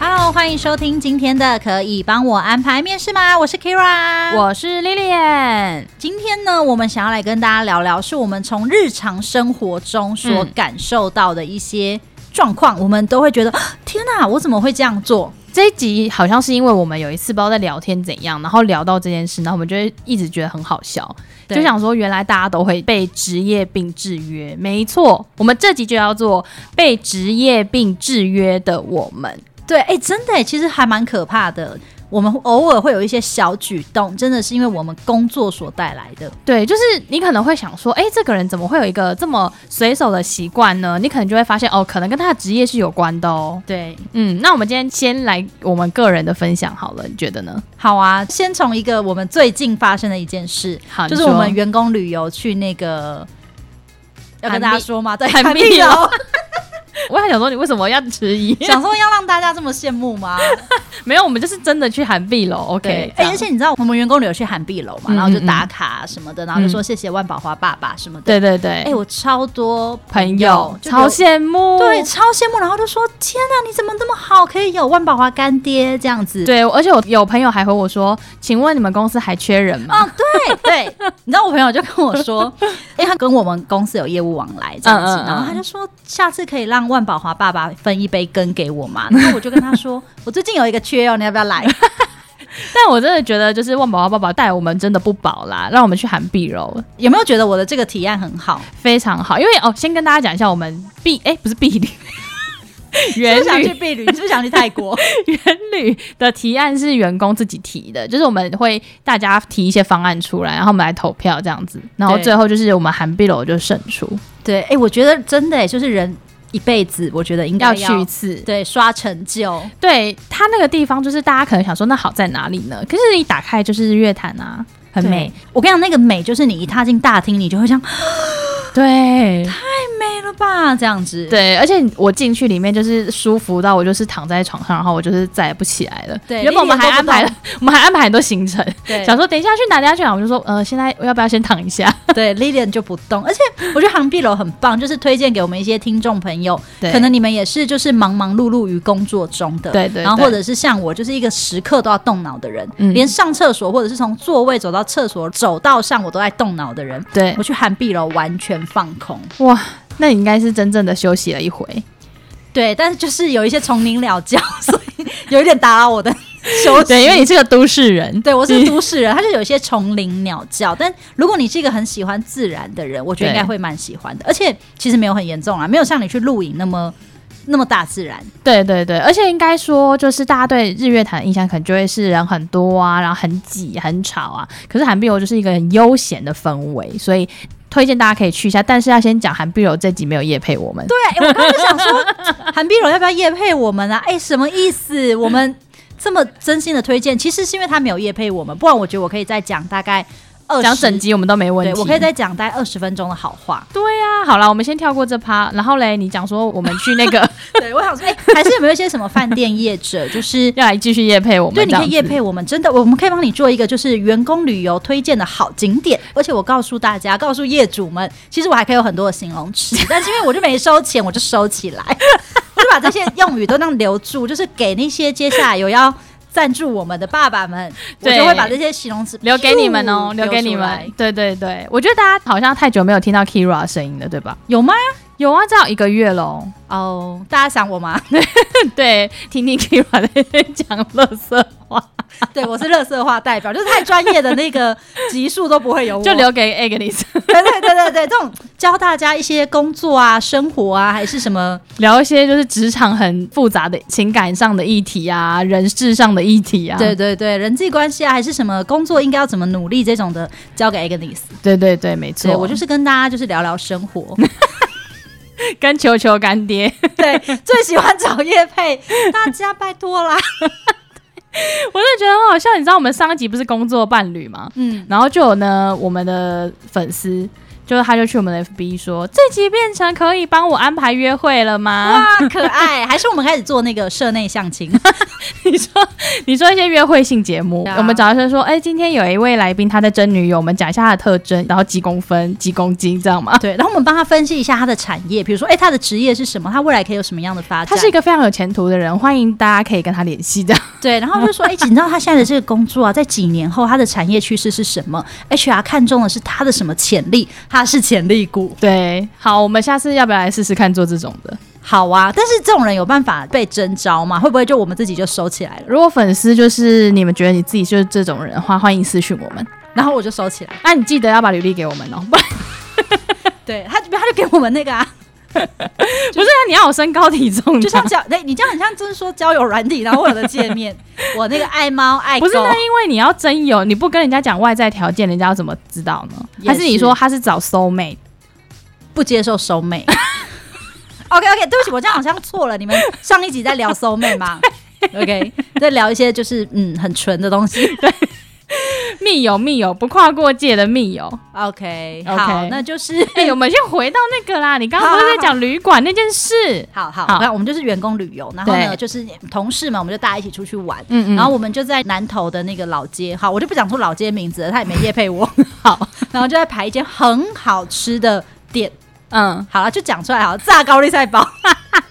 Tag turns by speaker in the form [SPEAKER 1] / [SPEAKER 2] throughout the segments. [SPEAKER 1] Hello，欢迎收听今天的《可以帮我安排面试吗》，我是 Kira，
[SPEAKER 2] 我是 Lilian，
[SPEAKER 1] 今天呢，我们想要来跟大家聊聊，是我们从日常生活中所
[SPEAKER 2] 嗯
[SPEAKER 1] 感受到的一些状况，我们都会觉得 啊天哪、我怎么会这样做？
[SPEAKER 2] 这一集好像是因为我们有一次不知道在聊天怎样，然后聊到这件事，然后我们就会一直觉得很好笑，
[SPEAKER 1] 对
[SPEAKER 2] 就想说原来大家都会被职业病制约。没错，我们这集就要做被职业病制约的我们。
[SPEAKER 1] 对，哎、真的耶，其实还蛮可怕的。我们偶尔会有一些小举动，真的是因为我们工作所带来的。
[SPEAKER 2] 对，就是你可能会想说，哎，这个人怎么会有一个这么随手的习惯呢？你可能就会发现，哦，可能跟他的职业是有关的哦。
[SPEAKER 1] 对，
[SPEAKER 2] 嗯，那我们今天先来我们个人的分享好了，你觉得呢？
[SPEAKER 1] 好啊，先从一个我们最近发生的一件事，
[SPEAKER 2] 好，
[SPEAKER 1] 就是
[SPEAKER 2] 你说
[SPEAKER 1] 我们员工旅游去那个，要跟大家
[SPEAKER 2] 韩碧
[SPEAKER 1] 说吗？对，
[SPEAKER 2] 韩
[SPEAKER 1] 韩
[SPEAKER 2] 碧
[SPEAKER 1] 碧哦游，
[SPEAKER 2] 我还想说你为什么要迟疑？
[SPEAKER 1] 想说要让大家这么羡慕吗？
[SPEAKER 2] 没有，我们就是真的去韩碧楼
[SPEAKER 1] 对
[SPEAKER 2] ，OK，，
[SPEAKER 1] 哎、
[SPEAKER 2] 这样
[SPEAKER 1] 而且你知道我们员工旅游去韩碧楼嘛，
[SPEAKER 2] 嗯
[SPEAKER 1] 然后就打卡什么的，然后就说
[SPEAKER 2] 嗯
[SPEAKER 1] 谢谢万宝华爸爸什么的。
[SPEAKER 2] 对对对，
[SPEAKER 1] 哎、我超多
[SPEAKER 2] 朋友
[SPEAKER 1] 就
[SPEAKER 2] 超
[SPEAKER 1] 有
[SPEAKER 2] 羡慕，
[SPEAKER 1] 对，超羡慕，然后就说天哪、你怎么那么好，可以有万宝华干爹这样 子。
[SPEAKER 2] 对，而且我有朋友还回我说，请问你们公司还缺人吗？
[SPEAKER 1] 哦，对对，你知道我朋友就跟我 说，因为他跟我们公司有业务往来这样子，
[SPEAKER 2] 嗯嗯嗯
[SPEAKER 1] 然后他就说下次可以让万宝华爸爸分一杯羹给我 嘛。然后我就跟他说，我最近有一个缺哦，你要不要来？
[SPEAKER 2] 但我真的觉得，就是万宝华爸爸带我们真的不薄啦，让我们去韩碧楼
[SPEAKER 1] 有没有觉得我的这个提案很好？
[SPEAKER 2] 非常好，因为哦，先跟大家讲一下，我们碧哎不是 碧旅，
[SPEAKER 1] 是
[SPEAKER 2] 元
[SPEAKER 1] 不是想去
[SPEAKER 2] 旅
[SPEAKER 1] 避旅，你是不是想去泰国？
[SPEAKER 2] 元旅的提案是员工自己提的，就是我们会大家提一些方案出来，然后我们来投票这样子，然后
[SPEAKER 1] 对
[SPEAKER 2] 最后就是我们韩碧楼就胜出，
[SPEAKER 1] 对，哎、我觉得真的、欸，就是人一辈子，我觉得应该
[SPEAKER 2] 要
[SPEAKER 1] 要
[SPEAKER 2] 去一次。
[SPEAKER 1] 对刷成就。
[SPEAKER 2] 对它那个地方，就是大家可能想说，那好在哪里呢？可是你打开就是日月潭啊，很美。
[SPEAKER 1] 对，我跟你讲，那个美就是你一踏进大厅，你就会想
[SPEAKER 2] 对
[SPEAKER 1] 美了吧，这样子。
[SPEAKER 2] 对，而且我进去里面就是舒服到我就是躺在床上，然后我就是再也不起来了。
[SPEAKER 1] 对
[SPEAKER 2] 原本我们还安排了， 我们还安排很多行程，
[SPEAKER 1] 对
[SPEAKER 2] 想说等一下去哪，等一下去哪，我就说呃，现在要不要先躺一下？
[SPEAKER 1] 对，Lilian 就不动，而且我觉得航碧楼很棒，就是推荐给我们一些听众朋友，
[SPEAKER 2] 对
[SPEAKER 1] 可能你们也是就是忙忙碌碌于工作中的，
[SPEAKER 2] 对对
[SPEAKER 1] 然后
[SPEAKER 2] 对
[SPEAKER 1] 或者是像我，就是一个时刻都要动脑的人，
[SPEAKER 2] 嗯
[SPEAKER 1] 连上厕所或者是从座位走到厕所走到上我都在动脑的人，
[SPEAKER 2] 对
[SPEAKER 1] 我去韩碧楼完全放空，
[SPEAKER 2] 哇，那你应该是真正的休息了一回。
[SPEAKER 1] 对，但是就是有一些丛林鸟叫， 所以有一点打扰我的休息，
[SPEAKER 2] 对，因为你是个都市人，
[SPEAKER 1] 对，我是都市人，他就有一些丛林鸟叫。但如果你是一个很喜欢自然的人，我觉得应该
[SPEAKER 2] 对
[SPEAKER 1] 会蛮喜欢的。而且其实没有很严重啊，没有像你去露营那么那么大自然。
[SPEAKER 2] 对对对，而且应该说，就是大家对日月潭的印象可能就会是人很多啊，然后很挤、很吵啊。可是韩碧楼就是一个很悠闲的氛围，所以推荐大家可以去一下。但是要先讲韩碧楼这集没有夜配我们，
[SPEAKER 1] 对，我刚刚就想 说，韩碧柔要不要夜配我们 啊？哎、什么意思？我们这么真心的推荐，其实是因为他没有夜配我们，不然我觉得我可以再讲大概二
[SPEAKER 2] 讲
[SPEAKER 1] 十
[SPEAKER 2] 整，集我们都没问
[SPEAKER 1] 对
[SPEAKER 2] 题。
[SPEAKER 1] 我可以再讲大概二十分钟的好话。
[SPEAKER 2] 对啊，好了，我们先跳过这趴，然后嘞，你讲说我们去那个
[SPEAKER 1] 对，我想说，哎、还是有没有一些什么饭店业者，就是
[SPEAKER 2] 要来继续夜配我们，
[SPEAKER 1] 对，你可以夜
[SPEAKER 2] 夜。
[SPEAKER 1] 配我们，真的，我们可以帮你做一个就是员工旅游推荐的好景点。而且我告诉大家，告诉业主们，其实我还可以有很多的形容词，但是因为我就没收钱，我就收起来， 我就把这些用语都能留住，就是给那些接下来有要赞助我们的爸爸们，我
[SPEAKER 2] 对
[SPEAKER 1] 就会把这些形容词
[SPEAKER 2] 留给你们哦，
[SPEAKER 1] 咻
[SPEAKER 2] 留给你
[SPEAKER 1] 出来
[SPEAKER 2] 们。对对对，我觉得大家好像太久没有听到 Kira 的声音了，对吧？
[SPEAKER 1] 有吗？
[SPEAKER 2] 有啊，至少一个月喽。
[SPEAKER 1] 哦，大家想我吗？
[SPEAKER 2] 对，听听 Kira 在那边讲乐色话。
[SPEAKER 1] 对，我是乐色化代表，就是太专业的那个 级数都不会有我，
[SPEAKER 2] 就留给 Agnes
[SPEAKER 1] 对 对对对对，这种教大家一些工作啊、生活啊，还是什么
[SPEAKER 2] 聊一些就是职场很复杂的情感上的议题啊，人事上的议题啊。
[SPEAKER 1] 对对对，人际关系啊，还是什么工作应该要怎么努力这种的，交给 Agnes。
[SPEAKER 2] 对对对，没错，
[SPEAKER 1] 对我就是跟大家就是聊聊生 活，
[SPEAKER 2] 跟球球干爹。
[SPEAKER 1] 对，最喜欢找叶配，大家拜托啦。
[SPEAKER 2] 我真的觉得很好笑。你知道我们上一集不是工作伴侣吗？
[SPEAKER 1] 嗯，
[SPEAKER 2] 然后就有呢我们的粉丝，就是他就去我们的 FB 说，这集变成可以帮我安排约会了吗？
[SPEAKER 1] 哇，可爱！还是我们开始做那个社内相 亲？
[SPEAKER 2] 你说你说一些约会性节目，
[SPEAKER 1] 对啊
[SPEAKER 2] 我们找他说，哎、今天有一位来宾他在征女友，我们讲一下他的特征，然后几公分、几公斤，这样吗？
[SPEAKER 1] 对，然后我们帮他分析一下他的产业，比如说，哎，他的职业是什么？他未来可以有什么样的发展？
[SPEAKER 2] 他是一个非常有前途的人，欢迎大家可以跟他联系这样。
[SPEAKER 1] 对，然后就说，哎，你知道他现在的这个工作啊，在几年后他的产业趋势是什么？HR 看中的是他的什么潜力？他是潜力股，
[SPEAKER 2] 对，好，我们下次要不要来试试看做这种的？
[SPEAKER 1] 好啊。但是这种人有办法被征招吗？会不会就我们自己就收起来了？
[SPEAKER 2] 如果粉丝就是你们觉得你自己就是这种人的话，欢迎私讯我们。
[SPEAKER 1] 然后我就收起来。
[SPEAKER 2] 啊那、你记得要把履历给我们哦， 不然
[SPEAKER 1] 对他，他就给我们那 个啊，
[SPEAKER 2] 不是啊，你要有身高体重的，
[SPEAKER 1] 就像交，哎，你这样很像就是说交友软体，然后我有的界面，我那个爱猫爱狗，
[SPEAKER 2] 不是那因为你要真有，你不跟人家讲外在条件，人家要怎么知道呢？
[SPEAKER 1] 也
[SPEAKER 2] 还是你
[SPEAKER 1] 是
[SPEAKER 2] 说他是找 soul mate？
[SPEAKER 1] 不接受收妹。OK OK，对不起，我这样好像错了。你们上一集在聊收妹吗？OK，在聊一些就是嗯很纯的东西。
[SPEAKER 2] 密友密友，不跨过界的密友。
[SPEAKER 1] OK，
[SPEAKER 2] OK
[SPEAKER 1] 好，那 就是
[SPEAKER 2] 哎、我们先回到那个啦，你刚刚不
[SPEAKER 1] 好
[SPEAKER 2] 是
[SPEAKER 1] 好
[SPEAKER 2] 在讲旅馆那件事？
[SPEAKER 1] 好好，
[SPEAKER 2] 好
[SPEAKER 1] 那我们就是员工旅游，然后呢
[SPEAKER 2] 对
[SPEAKER 1] 就是同事们，我们就大家一起出去玩。
[SPEAKER 2] 嗯
[SPEAKER 1] 然后我们就在南投的那个老街，好，我就不讲出老街名字了，他也没夜配我。
[SPEAKER 2] 好，
[SPEAKER 1] 然后就在排一间很好吃的店，
[SPEAKER 2] 嗯，
[SPEAKER 1] 好了，就讲出来好了，炸高丽菜包。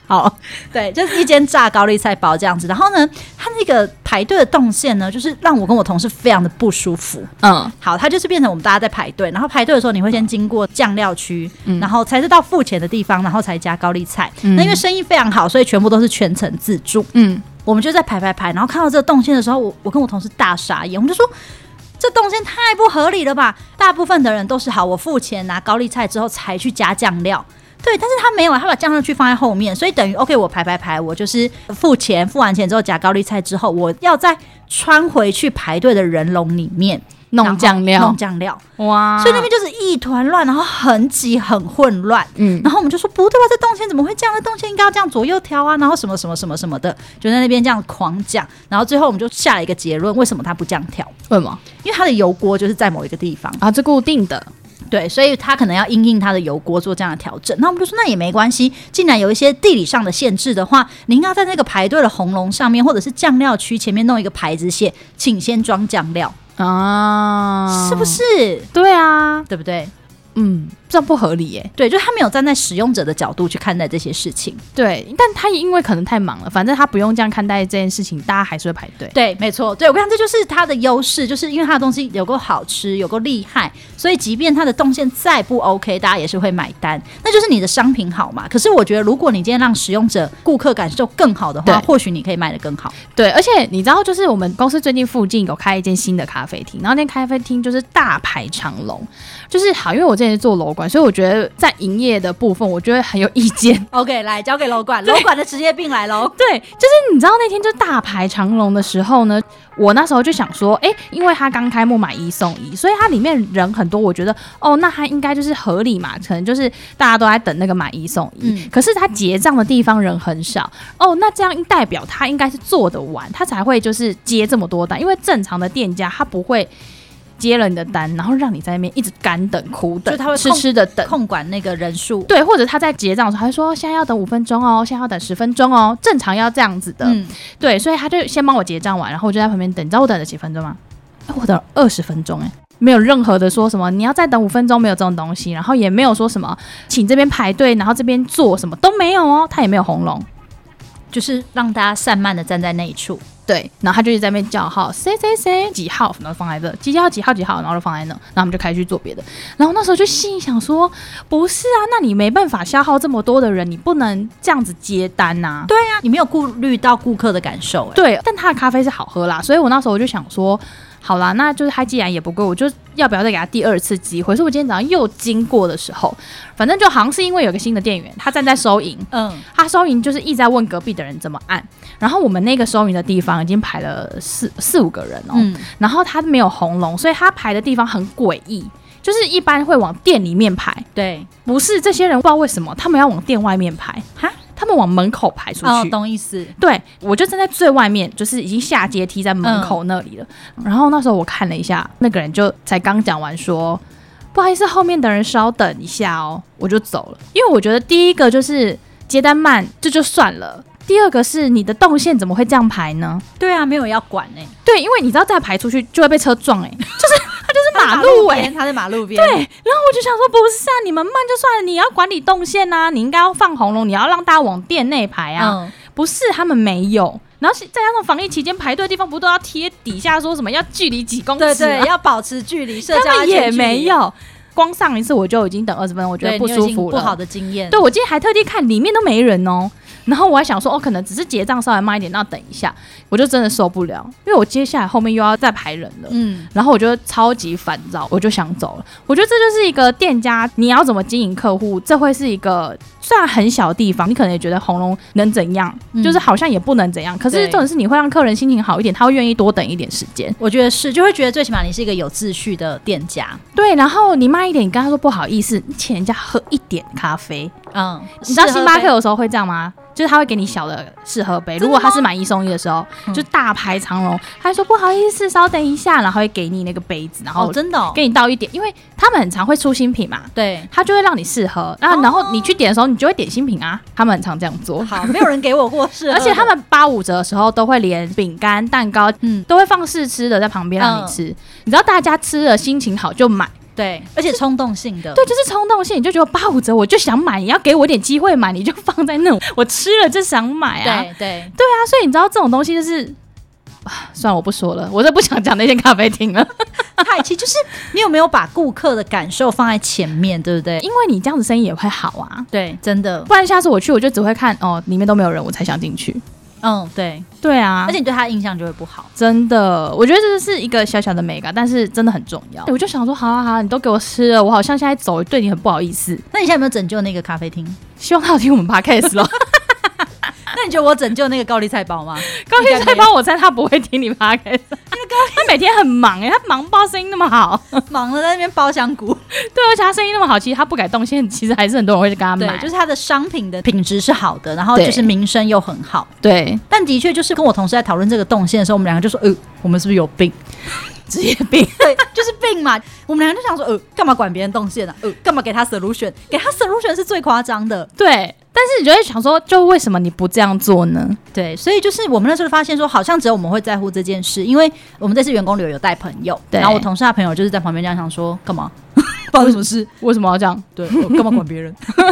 [SPEAKER 2] 好，
[SPEAKER 1] 对，就是一间炸高丽菜包这样子。然后呢，它那个排队的动线呢，就是让我跟我同事非常的不舒服。
[SPEAKER 2] 嗯，
[SPEAKER 1] 好，它就是变成我们大家在排队，然后排队的时候你会先经过酱料区，
[SPEAKER 2] 嗯
[SPEAKER 1] 然后才是到付钱的地方，然后才加高丽菜。
[SPEAKER 2] 嗯
[SPEAKER 1] 那因为生意非常好，所以全部都是全程自助。
[SPEAKER 2] 嗯，
[SPEAKER 1] 我们就在排排排，然后看到这个动线的时候，我我跟我同事大傻眼，我们就说。这动线太不合理了吧！大部分的人都是好，我付钱拿高丽菜之后才去加酱料，对，但是他没有，他把酱料去放在后面，所以等于 OK，我排排排，我就是付钱，付完钱之后加高丽菜之后，我要再穿回去排队的人龙里面然
[SPEAKER 2] 弄
[SPEAKER 1] 后
[SPEAKER 2] 酱料啊
[SPEAKER 1] 弄，酱料，
[SPEAKER 2] 哇，
[SPEAKER 1] 所以那边就是一团乱，然后很挤很混乱。
[SPEAKER 2] 嗯，
[SPEAKER 1] 然后我们就说不对吧，啊这动线怎么会这样？这动线应该要这样左右调啊，然后什么什么什么什么的，就在那边这样狂讲。然后最后我们就下了一个结论，为什么他不这样调？
[SPEAKER 2] 为什么
[SPEAKER 1] 因为他的油锅就是在某一个地方，
[SPEAKER 2] 啊？这固定的，
[SPEAKER 1] 对，所以他可能要因应他的油锅做这样的调整。那我们就说那也没关系，既然有一些地理上的限制的话，你应该在那个排队的红龙上面，或者是酱料区前面弄一个牌子写“请先装酱料”，
[SPEAKER 2] 啊，
[SPEAKER 1] 是不？是？
[SPEAKER 2] 对啊，
[SPEAKER 1] 对不对？
[SPEAKER 2] 嗯，这不合理耶、
[SPEAKER 1] 对，就是他没有站在使用者的角度去看待这些事情。
[SPEAKER 2] 对，但他因为可能太忙了，反正他不用这样看待这件事情，大家还是会排队。
[SPEAKER 1] 对，没错，对我跟你讲，这就是它的优势，就是因为它的东西有够好吃，有够厉害，所以即便它的动线再不 OK，大家也是会买单。那就是你的商品好嘛。可是我觉得，如果你今天让使用者、顾客感受更好的话，
[SPEAKER 2] 对
[SPEAKER 1] 或许你可以卖得更好。
[SPEAKER 2] 对，而且你知道，就是我们公司最近附近有开一间新的咖啡厅，然后那间咖啡厅就是大排长龙，就是好，因为我之前是做楼管，所以我觉得在营业的部分，我觉得很有意见。
[SPEAKER 1] OK，来交给楼管，楼管的职业病来喽。
[SPEAKER 2] 对，就是你知道那天就大排长龙的时候呢，我那时候就想说，哎、因为它刚开幕买一送一，所以它里面人很多，我觉得哦，那它应该就是合理嘛，可能就是大家都在等那个买一送一。
[SPEAKER 1] 嗯
[SPEAKER 2] 可是它结账的地方人很少哦，那这样代表它应该是做得完，它才会就是接这么多单，因为正常的店家他不会。接了你的单，然后让你在那边一直干等、苦等
[SPEAKER 1] 就他会，
[SPEAKER 2] 痴
[SPEAKER 1] 控
[SPEAKER 2] 痴的等，
[SPEAKER 1] 控管那个人数，
[SPEAKER 2] 对，或者他在结账的时候，他会说现在要等五分钟哦，现在要等十分钟哦，正常要这样子的。
[SPEAKER 1] 嗯，
[SPEAKER 2] 对，所以他就先帮我结账完，然后我就在旁边等。你知道我等了几分钟吗？哎我等了二十分钟、哎，没有任何的说什么你要再等五分钟，没有这种东西，然后也没有说什么请这边排队，然后这边坐什么都没有哦，他也没有红龙。
[SPEAKER 1] 就是让大家散漫的站在那一处。
[SPEAKER 2] 对，然后他就一直在那边叫号，谁谁谁几号，然后放在这，几号几号几号，然后就放在那，然后我们就开始去做别的。然后那时候就心里想说，不是啊，那你没办法消耗这么多的人，你不能这样子接单啊呐、对
[SPEAKER 1] 对呀、啊你没有顾虑到顾客的感受、哎，
[SPEAKER 2] 对，但他的咖啡是好喝啦，所以我那时候我就想说，好啦，那就是他既然也不贵，我就要不要再给他第二次机会？所以我今天早上又经过的时候，反正就好像是因为有个新的店员，他站在收银，
[SPEAKER 1] 嗯，
[SPEAKER 2] 他收银就是一直在问隔壁的人怎么按，然后我们那个收银的地方已经排了四四五个人哦，
[SPEAKER 1] 嗯，
[SPEAKER 2] 然后他没有红龙，所以他排的地方很诡异，就是一般会往店里面排，
[SPEAKER 1] 对，
[SPEAKER 2] 不是这些人不知道为什么他们要往店外面排，
[SPEAKER 1] 哈，
[SPEAKER 2] 他们往门口排出去。
[SPEAKER 1] 哦，懂意思。
[SPEAKER 2] 对，我就站在最外面，就是已经下阶梯在门口那里了。然后那时候我看了一下，那个人就才刚讲完说，不好意思，后面的人稍等一下哦，我就走了。因为我觉得第一个就是接单慢，这就算了；第二个是你的动线怎么会这样排呢？
[SPEAKER 1] 对啊，没有人要管哎、
[SPEAKER 2] 对，因为你知道再排出去就会被车撞、欸，哎， 就是它就是马路哎、
[SPEAKER 1] 边， 他在马路欸边。
[SPEAKER 2] 对，然后我就想说，不是啊，你们慢就算了，你要管理动线呐、你应该要放红龙，你要让大家往店内排啊。
[SPEAKER 1] 嗯，
[SPEAKER 2] 不是，他们没有。然后是再加上防疫期间排队的地方，不都要贴底下说什么要距离几公尺、
[SPEAKER 1] 对
[SPEAKER 2] 啊？
[SPEAKER 1] 对，要保持距离，社交
[SPEAKER 2] 他们
[SPEAKER 1] 安全
[SPEAKER 2] 也
[SPEAKER 1] 距离
[SPEAKER 2] 没，有。光上一次我就已经等二十分钟，我觉
[SPEAKER 1] 对，
[SPEAKER 2] 得
[SPEAKER 1] 你
[SPEAKER 2] 不
[SPEAKER 1] 有
[SPEAKER 2] 舒
[SPEAKER 1] 已经
[SPEAKER 2] 服
[SPEAKER 1] 不
[SPEAKER 2] 了。
[SPEAKER 1] 好的经验。
[SPEAKER 2] 对，我今天还特地看里面都没人哦。然后我还想说，哦，可能只是结账稍微慢一点，那等一下，我就真的受不了，因为我接下来后面又要再排人了。
[SPEAKER 1] 嗯，
[SPEAKER 2] 然后我就超级烦躁，我就想走了。我觉得这就是一个店家你要怎么经营客户，这会是一个虽然很小的地方，你可能也觉得红龙能怎样，
[SPEAKER 1] 嗯
[SPEAKER 2] 就是好像也不能怎样。可是
[SPEAKER 1] 对
[SPEAKER 2] 重点是你会让客人心情好一点，他会愿意多等一点时间。
[SPEAKER 1] 我觉得是，就会觉得最起码你是一个有秩序的店家。
[SPEAKER 2] 对，然后你慢一点，你跟他说不好意思，你请人家喝一点咖啡。
[SPEAKER 1] 嗯，
[SPEAKER 2] 你知道
[SPEAKER 1] 适合
[SPEAKER 2] 星巴克
[SPEAKER 1] 被
[SPEAKER 2] 有时候会这样吗？就是他会给你小的试喝杯，
[SPEAKER 1] 真的
[SPEAKER 2] 如果他是买一送一的时候，
[SPEAKER 1] 嗯
[SPEAKER 2] 就大排长龙，他会说不好意思，稍等一下，然后会给你那个杯子，然后
[SPEAKER 1] 哦，真的、哦，
[SPEAKER 2] 给你倒一点，因为他们很常会出新品嘛，
[SPEAKER 1] 对。
[SPEAKER 2] 他就会让你试喝，然后然后你去点的时候，你就会点新品啊，他们很常这样做。
[SPEAKER 1] 好，没有人给我过是，
[SPEAKER 2] 而且他们八五折的时候，都会连饼干、蛋糕
[SPEAKER 1] 嗯，
[SPEAKER 2] 都会放试吃的在旁边让你吃。你知道大家吃了心情好就买，
[SPEAKER 1] 对，而且冲动性的，
[SPEAKER 2] 对，就是冲动性，你就觉得八五折我就想买，你要给我一点机会买，你就放在那，我吃了就想买啊。
[SPEAKER 1] 对对，
[SPEAKER 2] 对啊，所以你知道这种东西就是，啊算了，我不说了，我都不想讲那间咖啡厅了。
[SPEAKER 1] 太气就是你有没有把顾客的感受放在前面，对不对？
[SPEAKER 2] 因为你这样子生意也会好啊。
[SPEAKER 1] 对，真的，
[SPEAKER 2] 不然下次我去，我就只会看哦，里面都没有人，我才想进去。
[SPEAKER 1] 嗯，对，
[SPEAKER 2] 对啊，
[SPEAKER 1] 而且你对他的印象就会不好。
[SPEAKER 2] 真的，我觉得这是一个小小的美感，但是真的很重要。我就想说，好好好，你都给我吃了，我好像现在走，对你很不好意思。
[SPEAKER 1] 那你现在有没有拯救那个咖啡厅？
[SPEAKER 2] 希望他有听我们 podcast 咯。
[SPEAKER 1] 那你觉得我拯救那个高丽菜包 吗？
[SPEAKER 2] 高天在帮我猜，他不会听你 podcast。他每天很忙哎、他忙不知道声音那么好，
[SPEAKER 1] 忙了在那边包香菇，
[SPEAKER 2] 对，而且他声音那么好，其实他不改动线，其实还是很多人会去跟他
[SPEAKER 1] 对
[SPEAKER 2] 买，，
[SPEAKER 1] 就是它的商品的品质是好的，然后就是
[SPEAKER 2] 对
[SPEAKER 1] 名声又很好。
[SPEAKER 2] 对
[SPEAKER 1] 但的确就是跟我同事在讨论这个动线的时候，我们两个就说，呃，我们是不是有 病？
[SPEAKER 2] 职业病。
[SPEAKER 1] 对，就是病嘛。我们两个就想说，呃，干嘛管别人动线啊？呃，干嘛给他 solution？给他 solution 是最夸张的。
[SPEAKER 2] 对，但是你就会想说，就为什么你不这样做呢？
[SPEAKER 1] 对，所以就是我们那时候发现说，好像只有我们会在乎这件事，因为我们这次员工旅游有带朋友，
[SPEAKER 2] 对
[SPEAKER 1] 然后我同事他朋友就是在旁边这样想说，干 嘛？发生什么事？
[SPEAKER 2] 为什么要这样？
[SPEAKER 1] 对，我干嘛管别人？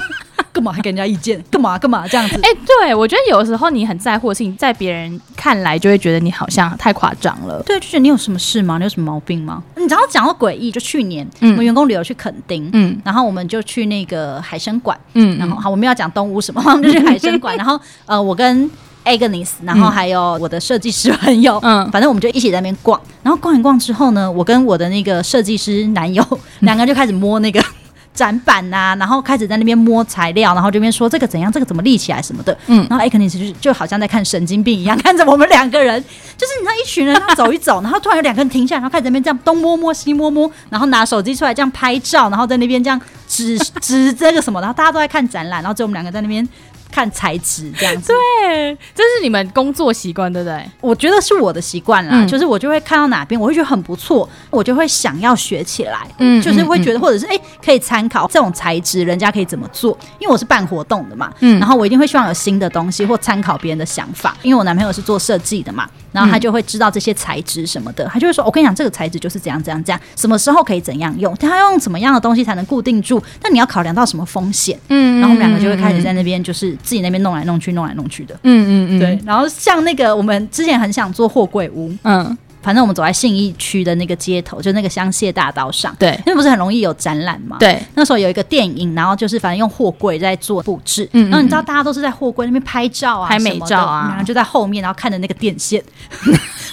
[SPEAKER 1] 干嘛还给人家意见？干嘛干嘛这样子？
[SPEAKER 2] 哎、对，我觉得有时候你很在乎的事情，在别人看来就会觉得你好像太夸张了。
[SPEAKER 1] 对，就觉得你有什么事吗？你有什么毛病吗？嗯你知道讲到诡异，就去年、
[SPEAKER 2] 嗯
[SPEAKER 1] 我们员工旅游去垦丁，
[SPEAKER 2] 嗯
[SPEAKER 1] 然后我们就去那个海参馆，
[SPEAKER 2] 嗯
[SPEAKER 1] 然后好，我们要讲东屋什么， 我们就去海参馆， 然后呃，我跟 Agnes，然后还有我的设计师朋友，
[SPEAKER 2] 嗯
[SPEAKER 1] 反正我们就一起在那边逛，然后逛一逛之后呢，我跟我的那个设计师男友，
[SPEAKER 2] 嗯
[SPEAKER 1] 两个人就开始摸那个 展板呐、然后开始在那边摸材料，然后这边说这个怎样，这个怎么立起来什么的，
[SPEAKER 2] 嗯
[SPEAKER 1] 然后 Agnes 就是就好像在看神经病一样，看着我们两个人，就是你知道一群人他走一走，然 后突然有两个人停下来，然后开始在那边这样东摸摸西摸摸，然后拿手机出来这样拍照，然后在那边这样指 指这个什么，然后大家都在看展览，然后只有我们两个在那边看材质这样子。
[SPEAKER 2] 对，这是你们工作习惯，对不对？
[SPEAKER 1] 我觉得是我的习惯啦，
[SPEAKER 2] 嗯
[SPEAKER 1] 就是我就会看到哪边，我会觉得很不错，我就会想要学起来，
[SPEAKER 2] 嗯
[SPEAKER 1] 就是会觉得或者是哎、诶可以参考这种材质，人家可以怎么做，因为我是办活动的嘛，
[SPEAKER 2] 嗯
[SPEAKER 1] 然后我一定会希望有新的东西或参考别人的想法，因为我男朋友是做设计的嘛，然
[SPEAKER 2] 嗯
[SPEAKER 1] 后他就会知道这些材质什么的，他就会说，我跟你讲这个材质就是怎样怎样怎样，什么时候可以怎样用，他要用什么样的东西才能固定住，但你要考量到什么风险，
[SPEAKER 2] 嗯
[SPEAKER 1] 然后我们两个就会开始在那边就是自己那边弄来弄去，弄来弄去的。
[SPEAKER 2] 嗯嗯嗯，
[SPEAKER 1] 对，，然后像那个我们之前很想做货柜屋，
[SPEAKER 2] 嗯
[SPEAKER 1] 反正我们走在信义区的那个街头，就那个香榭大道上，
[SPEAKER 2] 对
[SPEAKER 1] 那不是很容易有展览吗？。
[SPEAKER 2] 对，
[SPEAKER 1] 那时候有一个电影，然后就是反正用货柜在做布置，
[SPEAKER 2] 嗯嗯嗯
[SPEAKER 1] 然后你知道大家都是在货柜那边拍照啊，
[SPEAKER 2] 拍美照啊
[SPEAKER 1] 然后就在后面，然后看着那个电 线，